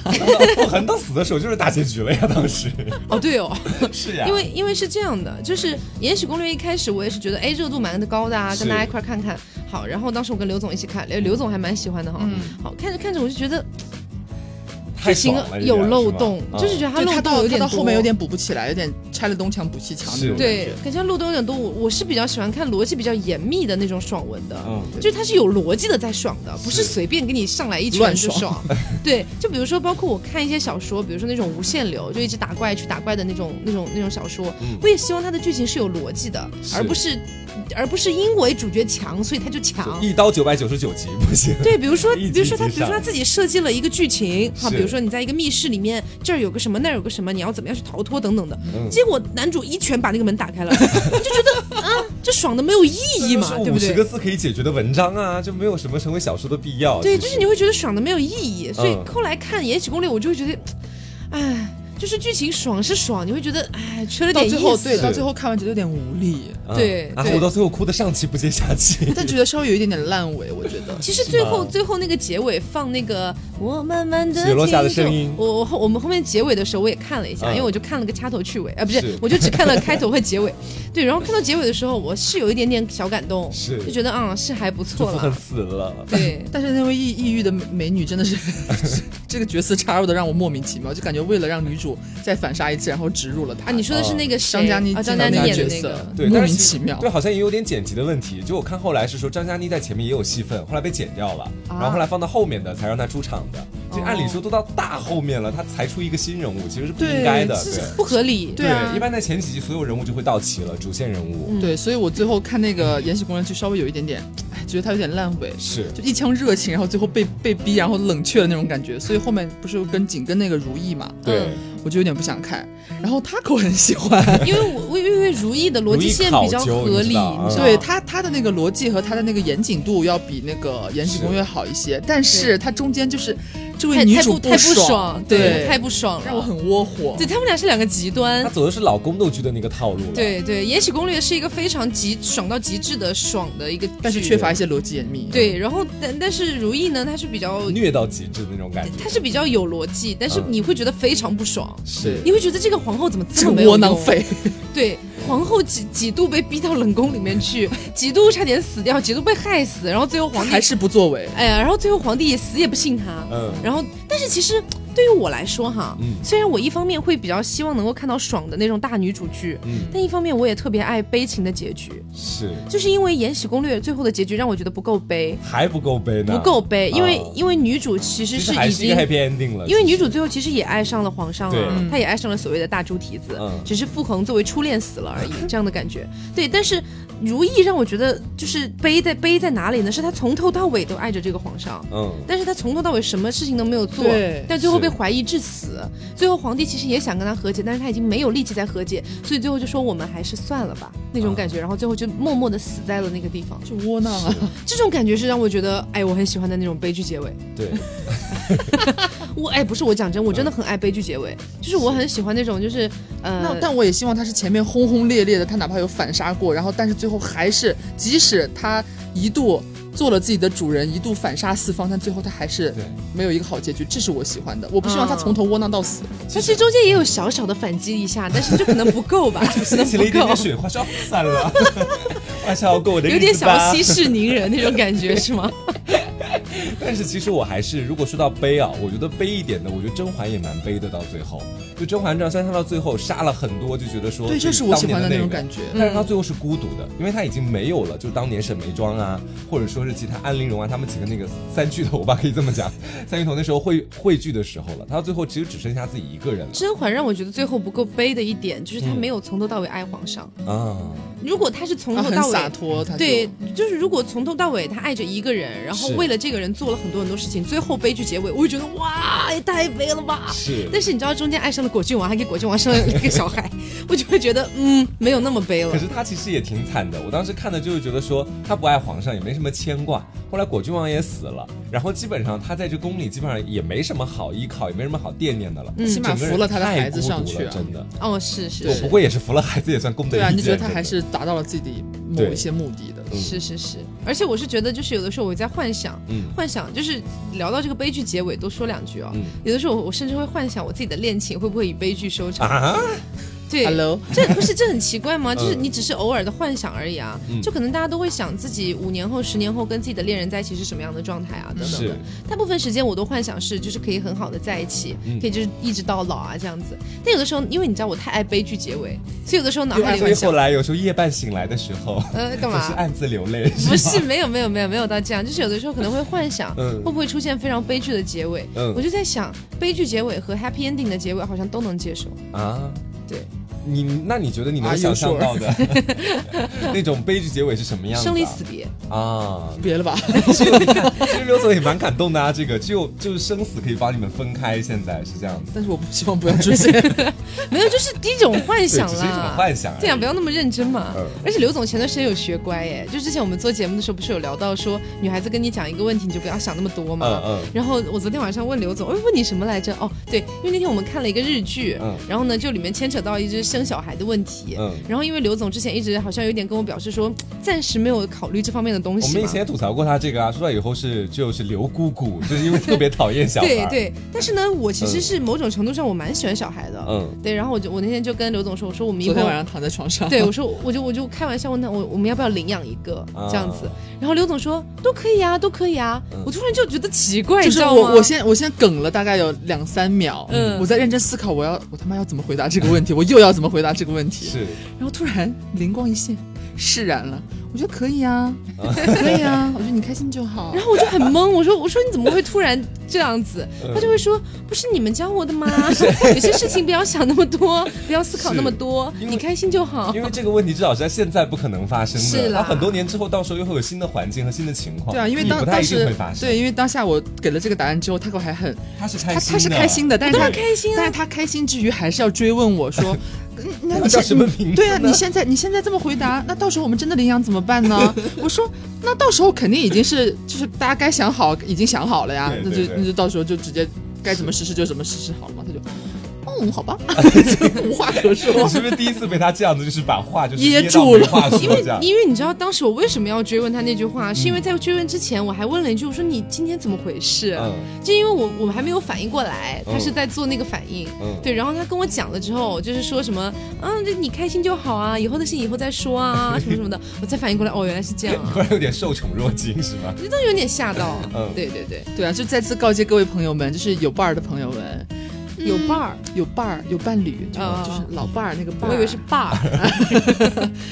B: 傅恒到死的时候就是大结局了呀，当时
A: 哦，对哦。
B: 是啊呀
A: 因为因为是这样的，就是《延禧攻略》一开始我也是觉得，哎，热度蛮高的啊，跟
B: 是
A: 大家一块儿看看。好，然后当时我跟刘总一起看，刘刘总还蛮喜欢的哈。好看着看着，我就觉得
B: 嗯太
A: 不行
B: 爽，了，
A: 有漏洞，就是觉
B: 得
A: 哎得它漏
C: 对他
A: 洞有
C: 到他
A: 点
C: 到
A: 多。
C: 后面有点补不起来，有点拆了东墙补西墙那
B: 是
C: 种感
A: 对
C: 觉。，
A: 感觉漏洞有点多。我我是比较喜欢看逻辑比较严密的那种爽文的，
B: 嗯对
A: 就是它是有逻辑的在爽的，不是
B: 是
A: 随便给你上来一拳
C: 乱
A: 就
C: 爽
A: 爽。对，就比如说，包括我看一些小说，比如说那种无限流，就一直打怪去打怪的那种那种那种小说，
B: 嗯
A: 我也希望它的剧情是有逻辑的，
B: 是
A: 而不是而不是因为主角强所以他就强。
B: 一刀九百九十九集不行。
A: 对，比如说，
B: 一集
A: 比如说他，
B: 一
A: 比
B: 集
A: 如说他
B: 上
A: 自己设计了一个剧情，好，
B: 是
A: 比如说你在一个密室里面，这儿有个什么，那儿有个什么，你要怎么样去逃脱等等的。
B: 嗯
A: 结果男主一拳把那个门打开了， 你就觉得啊，这爽的没有 意义 嘛，对不
B: 五十个
A: 对？
B: 字可以解决的文章啊，就没有什么成为小说的必要。
A: 对，
B: 其
A: 就
B: 实
A: 是你会觉得爽的没有意义，所以
B: 嗯
A: 后来看《延禧攻略》，我就会觉得，唉，就是剧情爽是爽，你会觉得哎缺了
C: 到
A: 点意
C: 最
A: 思。
C: 后对，
B: 思
C: 到最后看完觉得有点无力，
B: 啊
A: 对
B: 啊，
A: 对
B: 我到最后哭的上气不接下 气。
C: 但觉得稍微有一点点烂尾，我觉得。
A: 其实最后
B: 是吧
A: 最后那个结尾放那个我慢慢的
B: 雪落下的声音
A: 我我后我们后面结尾的时候我也看了一下，
B: 嗯
A: 因为我就看了个掐头去尾，啊不是，
B: 是
A: 我就只看了开头和结尾。对，然后看到结尾的时候，我是有一点点小感动，
B: 是
A: 就觉得啊、嗯、是还不
B: 祝
A: 错
B: 福很
A: 了。
B: 死了，
A: 对，
C: 但是那位抑抑郁的美美女真的是 这个角色插入的让我莫名其妙，就感觉为了让女主再反杀一次，然后植入了
B: 哎
A: 啊，
C: 她。
A: 你说的
B: 哦
A: 是那个谁
C: 张嘉倪
A: 啊，张
C: 进到
A: 嘉
C: 那
A: 倪
C: 个
A: 演的
C: 角
A: 那
C: 色
A: 个，
B: 对，
C: 莫
B: 但
C: 名
B: 是其
C: 其妙
B: 对，好像也有点剪辑的问题。就我看后来是说张嘉倪在前面也有戏份，后来被剪掉了，
A: 啊
B: 然后后来放到后面的才让她出场的。就按
A: 哦
B: 理说都到大后面了，她才出一个新人物，其实是不应该的。对
C: 对是
A: 不合 理。
C: 对啊
B: 一般在前几集所有人物就会到齐了，主线人
A: 嗯
B: 物、
C: 对，所以我最后看那个《延禧攻略》就稍微有一点点，哎，觉得她有点烂尾，
B: 是
A: 嗯
C: 就一腔热情，然后最后被被逼，然后冷却的那种感觉。所以后面不是跟紧跟那个如意嘛，
B: 对
A: 嗯
C: 我就有点不想看。然后 Taco 很喜欢，
A: 因为我我因为如意的逻辑线比较合
B: 如意
A: 理，
B: 考究你知道啊
C: 对他他的那个逻辑和他的那个严谨度要比那个《延禧攻略》好一些，但是他中间就是这位
A: 太
C: 女
A: 太
C: 主
A: 不太不
C: 爽，
A: 对，
C: 对，
A: 太不爽了，
C: 让我很窝火。
A: 对他们俩是两个极端
B: 她。走的是老宫斗剧的那个套路了。
A: 对对，《延禧攻略》是一个非常极爽到极致的爽的一个剧，
C: 但是缺乏一些逻辑严密。，
A: 对。然后，但但是如意呢，她是比较，
B: 虐到极致的那种感觉。
A: 她是比较有逻辑，但是
B: 嗯
A: 你会觉得非常不爽，
B: 是
A: 你会觉得这个皇后怎么
C: 这
A: 这
C: 个
A: 么没有
C: 窝囊
A: 用？
C: 废，
A: 对，皇后几几度被逼到冷宫里面去，几度差点死掉，几度被害死，然后最后皇帝
C: 还是不作为。
A: 哎呀，然后最后皇帝也死也不信他。
B: 嗯
A: 然后，但是其实对于我来说哈，
B: 嗯
A: 虽然我一方面会比较希望能够看到爽的那种大女主剧，
B: 嗯
A: 但一方面我也特别爱悲情的结局，
B: 是
A: 就是因为《延禧攻略》最后的结局让我觉得不够悲，
B: 还不够悲呢，
A: 不够悲，因为、
B: 啊
A: 因为女主其
B: 其
A: 实
B: 实
A: 是
B: 还
A: 已
B: 是一个
A: 经
B: happy ending 了，
A: 因为
B: 其
A: 女
B: 实
A: 主最后其实也爱上了皇上
B: 对
A: 啊，她也爱上了所谓的大猪蹄子，
B: 嗯
A: 只是傅恒作为初恋死了而已，这样的感觉。对，但是如意让我觉得就是悲在悲在哪里呢？是她从头到尾都爱着这个皇上，
B: 嗯
A: 但是她从头到尾什么事情都没有做
C: 对，
A: 但最后
B: 是
A: 被怀疑致死。最后皇帝其实也想跟她和解，但是他已经没有力气再和解，所以最后就说我们还是算了吧那
B: 啊
A: 种感觉，然后最后就默默的死在了那个地方。
C: 就窝囊啊！
A: 这种感觉是让我觉得，哎，我很喜欢的那种悲剧结尾。
B: 对
A: 我哎，不是我讲真，我真的很爱悲剧结尾，就是我很喜欢那种，就是
C: 那
A: 呃，
C: 但我也希望他是前面轰轰烈烈的，他哪怕有反杀过，然后但是最后还是，即使他一度做了自己的主人，一度反杀四方，但最后他还是
B: 对。
C: 没有一个好结局，这是我喜欢的。我不希望他
A: 嗯
C: 从头窝囊到死。
A: 但是中间也有小小的反击一下，但是就可能不够 吧，可能
B: 起了一
A: 不
B: 点点
A: 够，
B: 雪花，说哦算了， 还是要过我的
A: 有
B: 日
A: 点
B: 子
A: 小
B: 吧。
A: 息事宁人那种感觉是 吗？
B: 但是其实我还是，如果说到悲啊，我觉得悲一点的，我觉得甄嬛也蛮悲的。到最后，就《甄嬛传》，虽然她到最后杀了很多，就觉得说
C: 对，这
B: 自
C: 是
B: 己
C: 我
B: 当
C: 喜
B: 年
C: 欢的
B: 那
C: 那种
B: 个
C: 感觉。
B: 但是他最后是孤独的，因为他已经没有了，就当年沈眉庄啊，或者说是其他安陵容啊，他们几个那个三巨头吧，可以这么讲，三巨头那时候汇汇聚的时候了，他到最后其实只剩下自己一个人
A: 甄嬛让我觉得最后不够悲的一点，就是
B: 嗯
A: 她没有从头到尾爱皇上。
B: 了啊，
A: 如果她是从
C: 他
B: 哦
A: 头
C: 很
A: 到
C: 洒
A: 尾，
C: 脱，他就
A: 对，就是如果从头到尾她爱着一个人，然后
B: 是
A: 为了这个人做了很多很多事情，最后悲剧结尾，我会觉得哇，也太悲了吧。
B: 是
A: 但。是你知道中间爱上了果郡王，还给果郡王生了一个小 孩，我就会觉得嗯，没有那么悲了
B: 可。是他其实也挺惨的，我当时看的就是觉得说他不爱皇上也没什么牵挂，后来果郡王也死了，然后基本上他在这宫里基本上也没什么好依靠，也没什么好惦念的了，
A: 嗯
C: 起码
B: 整个人
C: 扶了他的
B: 太
C: 孩子
B: 孤独
C: 上去
B: 了
C: 啊
B: 真的。
A: 哦，是是
C: 对
B: 我
A: 是
B: 不过也是扶了孩子也算功德
C: 对啊，
B: 一
C: 你就觉得
B: 件
C: 他还
B: 真的
C: 是达到了自己某
B: 对
C: 一些目的的。
B: 嗯
A: 是是是，而且我是觉得，就是有的时候我在幻想，
B: 嗯
A: 幻想就是聊到这个悲剧结尾，多说两句哦。
B: 嗯
A: 有的时候我我甚至会幻想我自己的恋情会不会以悲剧收场。
B: 啊，
A: 对
C: Hello，
A: 这不是这很奇怪吗？就是你只是偶尔的幻想而已啊，
B: 嗯
A: 就可能大家都会想自己五年后、十年后跟自己的恋人在一起是什么样的状态啊，等等
B: 是
A: 的。大部分时间我都幻想是就是可以很好的在一起，
B: 嗯
A: 可以就是一直到老啊这样子。但有的时候，因为你知道我太爱悲剧结尾，所以有的时候脑海里
B: 所以
A: 幻
B: 后
A: 想，
B: 来有时候夜半醒来的时 候，
A: 呃，干
B: 总是
A: 嘛？
B: 暗自流泪。
A: 不是，没有没有没有没有到这样，就是有的时候可能会幻想，
B: 嗯
A: 会不会出现非常悲剧的结尾？
B: 嗯
A: 我就在想，悲剧结尾和 happy ending 的结尾好像都能接受。
B: 啊，
A: 对，
B: 你那你觉得你能
C: Are you
B: 想象
C: sure？
B: 到的那种悲剧结尾是什么样子啊？
A: 生离死别，
B: 啊，
C: 别了吧，
B: 其实刘总也蛮感动的啊，这个只有就是生死可以帮你们分开，现在是这样子，
C: 但是我不希望不要出 现。
A: 没有，就是一种幻
B: 对，
A: 想
B: 只是一种
A: 啦。
B: 幻想而已。
A: 对呀，不要那么认真嘛
B: 嗯。
A: 而且刘总前段时间有学乖耶，就之前我们做节目的时候，不是有聊到说女孩子跟你讲一个问题，你就不要想那么多嘛。
B: 嗯嗯
A: 然后我昨天晚上问刘总，哎，问你什么来着？哦，对，因为那天我们看了一个日剧，
B: 嗯
A: 然后呢，就里面牵扯到一只生小孩的问题。
B: 嗯，
A: 然后因为刘总之前一直好像有点跟我表示说，暂时没有考虑这方面的东
B: 我
A: 西
B: 们以
A: 嘛
B: 前。也吐槽过他这个啊，说到以后是就是刘姑姑，就是因为特别讨厌小孩。
A: 对，对，但是呢，我其实是某种程度上我蛮喜欢小孩的。
B: 嗯，
A: 对，然后我就我那天就跟刘总说，我说我们以
C: 昨
A: 后
C: 天晚上躺在 床上，
A: 对，我说我就我就开玩笑问他，我我们要不要领养一个这样子？然后刘总说都可以啊，都可以啊。
B: 啊嗯
A: 我突然就觉得奇怪，
C: 就
A: 你知
C: 是
A: 道吗？
C: 我，我现在我现在梗了大概有两三秒，
A: 嗯
C: 我在认真思考我要我他妈要怎么回答这个问题，我又要怎么回答这个问题，
B: 是
C: 然后突然灵光一现，释然了，我觉得可以啊，可以啊，我觉得你开心就好
A: 然。后我就很懵，我说我说你怎么会突然这样子？
B: 嗯
A: 他就会说不是你们教我的 吗？有些事情不要想那么多，不要思考那么多，
B: 因为
A: 你开心就好。
B: 因为这个问题至少是在现在不可能发生的，
A: 是啦
B: 它很多年之后，到时候又会有新的环境和新的情况，
C: 对啊，因为
B: 你
C: 当
B: 不太
C: 当
B: 一定
C: 时
B: 会发生。
C: 对，因为当下我给了这个答案之后，他给我还很
B: 他是开
C: 他
B: 心的，
C: 他是开心的，但是
A: 当
C: 他
A: 然开心
C: 但
A: 啊
C: 是，他开心之余还是要追问我说， 嗯那
B: 那
C: 你
B: 叫
C: 现
B: 什么名字呢
C: 对啊，你现在你现在这么回答，那到时候我们真的领养怎么办 呢？我说，那到时候肯定已经是就是大家该想好，已经想好了呀，
B: 对
C: 那
B: 对
C: 就
B: 对
C: 那就到时候就直接该怎么实施就怎么实施好了嘛。他就，嗯，好吧，就无话
B: 你
C: 可 说。
B: 是不是第一次被他这样子，就是把话就是
C: 噎
B: 到
C: 住
B: 没
C: 了
B: 话说
A: 因为
B: 这样
A: 因为你知道当时我为什么要追问他那句话，是因为在追问之前我还问了一句，我说你今天怎么回事？
B: 嗯
A: 就因为我我还没有反应过来，
B: 嗯
A: 他是在做那个反应。
B: 嗯，
A: 对，然后他跟我讲了之后，就是说什么，嗯，这你开心就好啊，以后的事以后再说啊，什么什么的，我才反应过来，哦，原来是这样
B: 你
A: 啊
B: 突，然有点受宠若惊是吧？
A: 这都有点吓到。
B: 嗯
A: 对对对，
C: 对啊，就再次告诫各位朋友们，就是有伴儿的朋友们，
A: 有伴儿，
C: 有伴儿有伴侣，就
B: 啊
A: 哦
C: 就是老伴儿那个伴儿。
A: 我以为是伴儿，
C: 就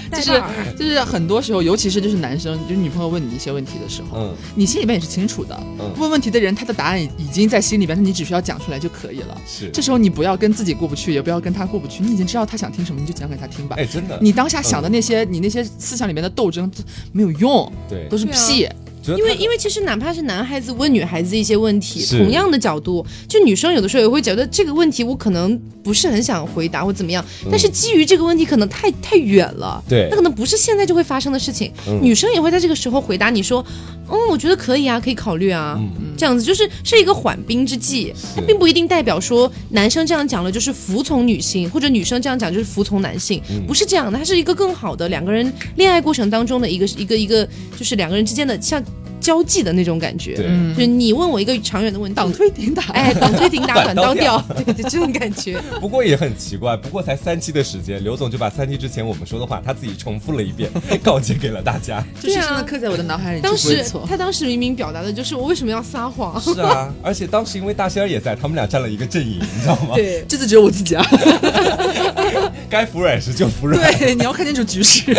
A: 带
C: 是
A: 伴儿
C: 就是很多时候，尤其是就是男生，就是女朋友问你一些问题的时候，
B: 嗯
C: 你心里面也是清楚的。
B: 嗯
C: 问问题的人他的答案已已经在心里边，你只需要讲出来就可以了。
B: 是，
C: 这时候你不要跟自己过不去，也不要跟他过不去，你已经知道他想听什么，你就讲给他听吧。
B: 哎真的，
C: 你当下想的那些，你那些思想里面的斗争没有用，
B: 对
C: 都，是
A: 对啊
C: 屁。
B: 觉得
A: 因为
B: 他
A: 因为其实哪怕是男孩子问女孩子一些问题，
B: 是
A: 同样的角度，就女生有的时候也会觉得这个问题我可能不是很想回答或怎么样，但是基于这个问题可能太太远了，
B: 嗯对
A: 那可能不是现在就会发生的事情，
B: 嗯
A: 女生也会在这个时候回答你说，嗯，我觉得可以啊，可以考虑啊，
B: 嗯
A: 这样子就是是一个缓兵之计，它并不一定代表说男生这样讲了就是服从女性，或者女生这样讲就是服从男
B: 嗯
A: 性，不是这样的，它是一个更好的两个人恋爱过程当中的一个一个一个，就是两个人之间的像交际的那种感觉，
B: 对
A: 就是你问我一个长远的问题，
C: 党推顶打，
A: 哎，挡推停打，
B: 反
A: 反
B: 刀
A: 刀掉，对对，这种感 觉，
B: 不过也很奇怪，不过才三期的时间，刘总就把三期之前我们说的话他自己重复了一遍，告诫给了大家。
C: 就深深
A: 对
C: 的
A: 啊
C: 刻在我的脑海里，
A: 当
C: 就不
A: 时
C: 会错
A: 他当时明明表达的就是我为什么要撒谎。
B: 是啊，而且当时因为大仙儿也在，他们俩站了一个阵营，你知道 吗？
A: 对，
C: 这次只有我自己啊。
B: 该服软时就服软。
C: 对，你要看清楚局势。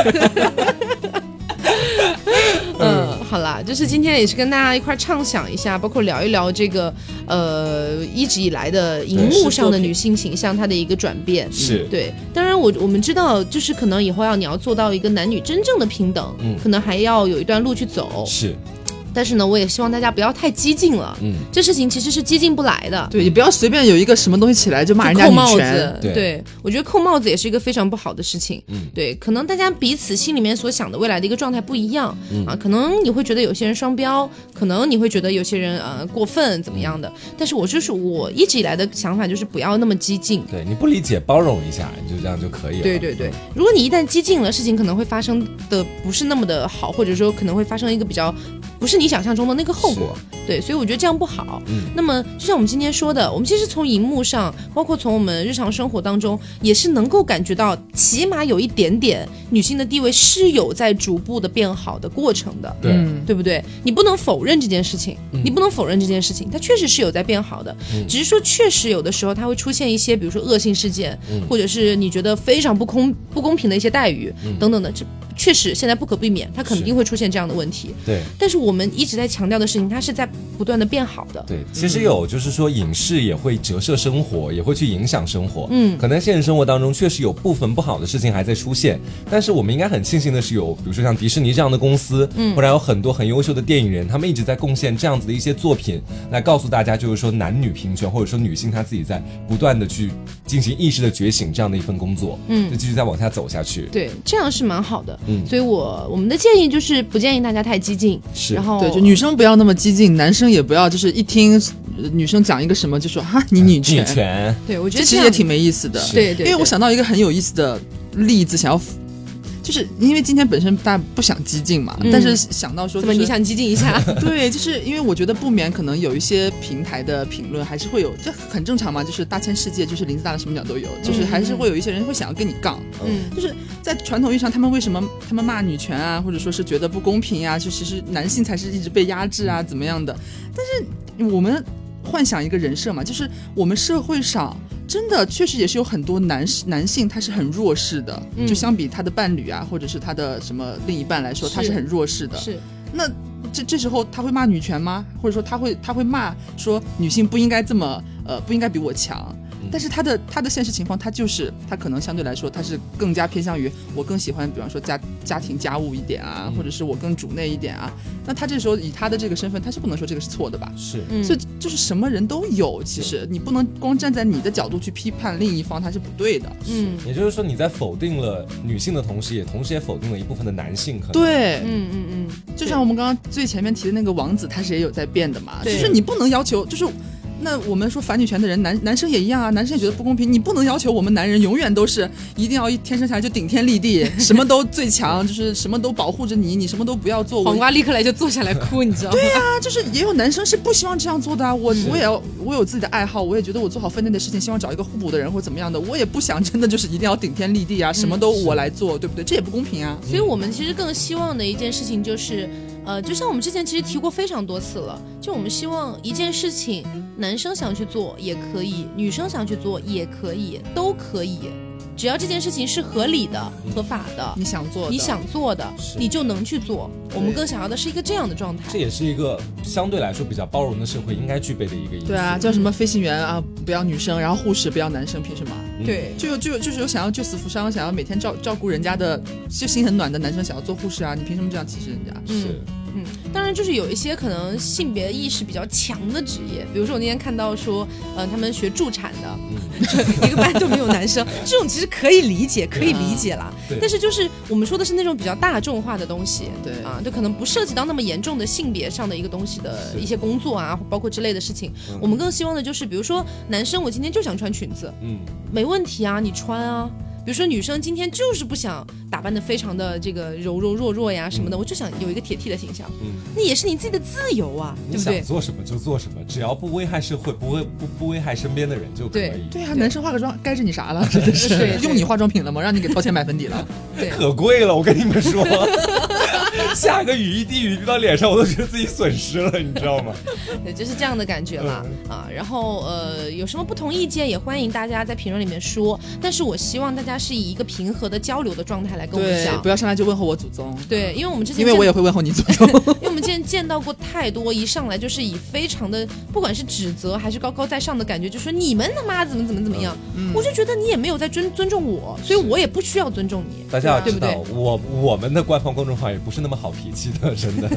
A: 嗯，好啦，就是今天也是跟大家一块儿畅想一下，包括聊一聊这个呃一直以来的荧幕上的女性形象她的一个转变。
B: 是
A: 对，当然我我们知道，就是可能以后要你要做到一个男女真正的平等，
B: 嗯
A: 可能还要有一段路去走。
B: 是，
A: 但是呢，我也希望大家不要太激进了，
B: 嗯
A: 这事情其实是激进不来的。
C: 对，也不要随便有一个什么东西起来就骂人
A: 就
C: 家
A: 扣
C: 女
A: 帽
C: 权
A: 子。，
B: 对
A: 我觉得扣帽子也是一个非常不好的事情。
B: 嗯
A: 对，可能大家彼此心里面所想的未来的一个状态不一样、
B: 嗯
A: 啊，可能你会觉得有些人双标，可能你会觉得有些人呃过分怎么样的。但是我就是我一直以来的想法就是不要那么激进。
B: 对，你不理解包容一下，你就这样就可以了。嗯
A: 对对对，如果你一旦激进了，事情可能会发生的不是那么的好，或者说可能会发生一个比较不是你想象中的那个后果。对，所以我觉得这样不好。
B: 嗯
A: 那么就像我们今天说的，我们其实从荧幕上，包括从我们日常生活当中，也是能够感觉到，起码有一点点女性的地位是有在逐步的变好的过程的。
B: 对，
C: 嗯
A: 对不对？你不能否认这件事情，你不能否认这件事情，它确实是有在变好的，只是说确实有的时候它会出现一些，比如说恶性事件，或者是你觉得非常不公不公平的一些待遇、等等的，这确实现在不可避免，它肯定会出现这样的问题。
B: 对
A: 但是我们一直在强调的事情，它是在不断的变好的。
B: 对，其实有就是说影视也会折射生活，也会去影响生活。嗯，可能现实生活当中确实有部分不好的事情还在出现，但是我们应该很庆幸的是有，比如说像迪士尼这样的公司，嗯，或者有很多很优秀的电影人，他们一直在贡献这样子的一些作品，来告诉大家就是说男女平权，或者说女性她自己在不断的去进行意识的觉醒这样的一份工作，嗯，就继续再往下走下去。
A: 对，这样是蛮好的。
C: 嗯
A: 所以我我们的建议就是不建议大家太激进，
B: 是
A: 然后
C: 对，就女生不要那么激进，男生也不要就是一听呃女生讲一个什么就说哈你女权，
B: 女权，
A: 对我觉
C: 这
A: 得这
C: 其实
A: 样
C: 也挺没意思的。
B: 是
A: 对对，
C: 因为我
A: 对
C: 想到一个很有意思的例子，想要 f- 就是因为今天本身大家不想激进嘛，
A: 嗯
C: 但是想到说、
A: 怎
C: 就是，
A: 么你想激进一下？
C: 对，就是因为我觉得不免可能有一些平台的评论还是会有，这很正常嘛，就是大千世界，就是林子大的什么鸟都有，就是还是会有一些人会想要跟你杠。
A: 嗯
C: 就是在传统意义上，他们为什么他们骂女权啊，或者说是觉得不公平啊，就其实男性才是一直被压制啊，怎么样的？但是我们幻想一个人设嘛，就是我们社会上真的确实也是有很多男士男性他是很弱势的，
A: 嗯
C: 就相比他的伴侣啊，或者是他的什么另一半来说，
A: 是
C: 他是很弱势的。
A: 是
C: 那这这时候他会骂女权吗？或者说他会他会骂说女性不应该这么呃不应该比我强
B: 嗯？
C: 但是他的他的现实情况，他就是他可能相对来说，他是更加偏向于我更喜欢，比方说家家庭家务一点啊，
B: 嗯
C: 或者是我更主内一点啊。那他这时候以他的这个身份，他是不能说这个是错的吧？
B: 是。
A: 嗯
C: 所以就是什么人都有，其实你不能光站在你的角度去批判另一方，他是不对的。
A: 嗯
B: 也就是说，你在否定了女性的同时，也同时也否定了一部分的男性，可能
C: 对，
A: 嗯嗯嗯，
C: 就像我们刚刚最前面提的那个王子，他是也有在变的嘛，就
A: 对
C: 是你不能要求，就是那我们说反女权的人，男男生也一样啊，男生也觉得不公平，你不能要求我们男人永远都是一定要一天生下来就顶天 立地，什么都最强，就是什么都保护着你，你什么都不要做，
A: 对
C: 我
A: 黄瓜立刻来就坐下来哭，你知道吗？
C: 啊，就是也有男生是不希望这样做的啊。我我也要，我有自己的爱好，我也觉得我做好分内的事情，希望找一个互补的人或怎么样的，我也不想真的就是一定要顶天立地啊，
A: 嗯
C: 什么都我来做，对不对？这也不公平啊。
A: 所以我们其实更希望的一件事情就是，呃，就像我们之前其实提过非常多次了，就我们希望一件事情，男生想去做也可以，女生想去做也可以，都可以，只要这件事情是合理的、合法的，
C: 你想嗯做的，
A: 你想做的，
B: 是
A: 你就能去做。我们更想要的是一个这样的状
B: 这
A: 态。
B: 也是一个相对来说比较包容的社会应该具备的一个因素。
C: 对啊，叫什么飞行员啊，不要女生，然后护士不要男生，凭什么？
B: 嗯
A: 对，
C: 就有就有就是有想要救死扶伤，想要每天照照顾人家的，就心很暖的男生想要做护士啊，你凭什么这样歧视人家？
B: 是
A: 嗯，当然就是有一些可能性别意识比较强的职业，比如说我那天看到说，呃，他们学助产的，
C: 嗯
A: 一个班都没有男 生，这种其实可以理解，可以理解啦
B: 对。
A: 但是就是我们说的是那种比较大众化的东西，
C: 对
A: 啊，就可能不涉及到那么严重的性别上的一个东西的
B: 是
A: 一些工作啊，包括之类的事情
B: 嗯。
A: 我们更希望的就是，比如说男生，我今天就想穿裙子，
B: 嗯，
A: 没问题啊，你穿啊。比如说女生今天就是不想打扮的非常的这个柔柔弱弱呀什么的，我就想有一个铁 T 的形象，
B: 嗯
A: 那也是你自己的自由啊，
B: 你
A: 对不
B: 想
A: 对？
B: 做什么就做什么，只要不危害社会，不危不不危害身边的人就可以。
C: 对啊，男生化个妆该着你啥了？ 真的是
A: 对
C: 用你化妆品了吗？让你给掏钱买粉底了？
A: 对，
B: 可贵了，我跟你们说， 下个雨一滴雨滴到脸上，我都觉得自己损失了，你知道吗？
A: 对，就是这样的感觉啦啊。然后呃，有什么不同意见也欢迎大家在评论里面说，但是我希望大家是以一个平和的交流的状态来跟我们讲
C: 不。要上来就问候我祖宗，
A: 对，因为我们之前
C: 因为
A: 见
C: 我也会问候你祖宗。
A: 因为我们之前见到过太多，一上来就是以非常的，不管是指责还是高高在上的感觉，就说你们他妈怎么怎么怎么样，
B: 嗯
A: 我就觉得你也没有在尊尊重我，所以我也不需要尊重你。
B: 大家要
A: 对
B: 知
A: 不
B: 道，
A: 对
B: 我我们的官方公众号也不是那么好脾气的，真 的，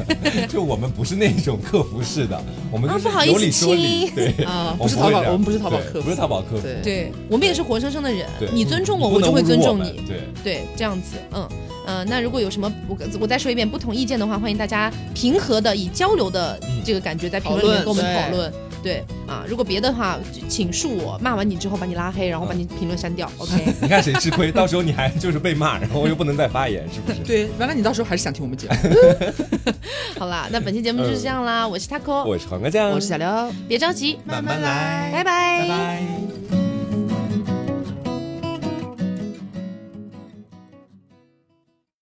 B: 就我们不是那种客服式的，我们
A: 啊
B: 就是
A: 不好意思
B: 有理说理，
A: 亲
B: 对
C: 啊
B: 我
C: 不是淘
B: 会
C: 宝
B: 这样
C: 我们不是淘宝
B: 对
C: 客服
B: 不是淘宝客服，
C: 对
A: 对我们也是活生生的人
B: 对，
A: 你尊重我，
B: 你
A: 我
B: 不能
A: 就会
B: 侮辱
A: 尊
B: 我
A: 重
B: 们
A: 你。
B: 对，
A: 对，这样子，嗯，呃，那如果有什么我我再说一遍不同意见的话，欢迎大家平和的以交流的
B: 嗯
A: 这个感觉在评论里面
C: 讨
A: 跟
C: 论
A: 我们讨论。对啊，如果别的话，就请恕我骂完你之后把你拉黑，然后把你评论删 掉。OK，
B: 你看谁吃亏，到时候你还就是被骂，然后又不能再发言，是 不是？
C: 对，原来你到时候还是想听我们节目。
A: 好啦，那本期节目 就是这样啦，我是 taco，
B: 我是黄瓜酱，
C: 我是小刘。
A: 别着急，
B: 慢慢来
A: 拜拜
B: 拜拜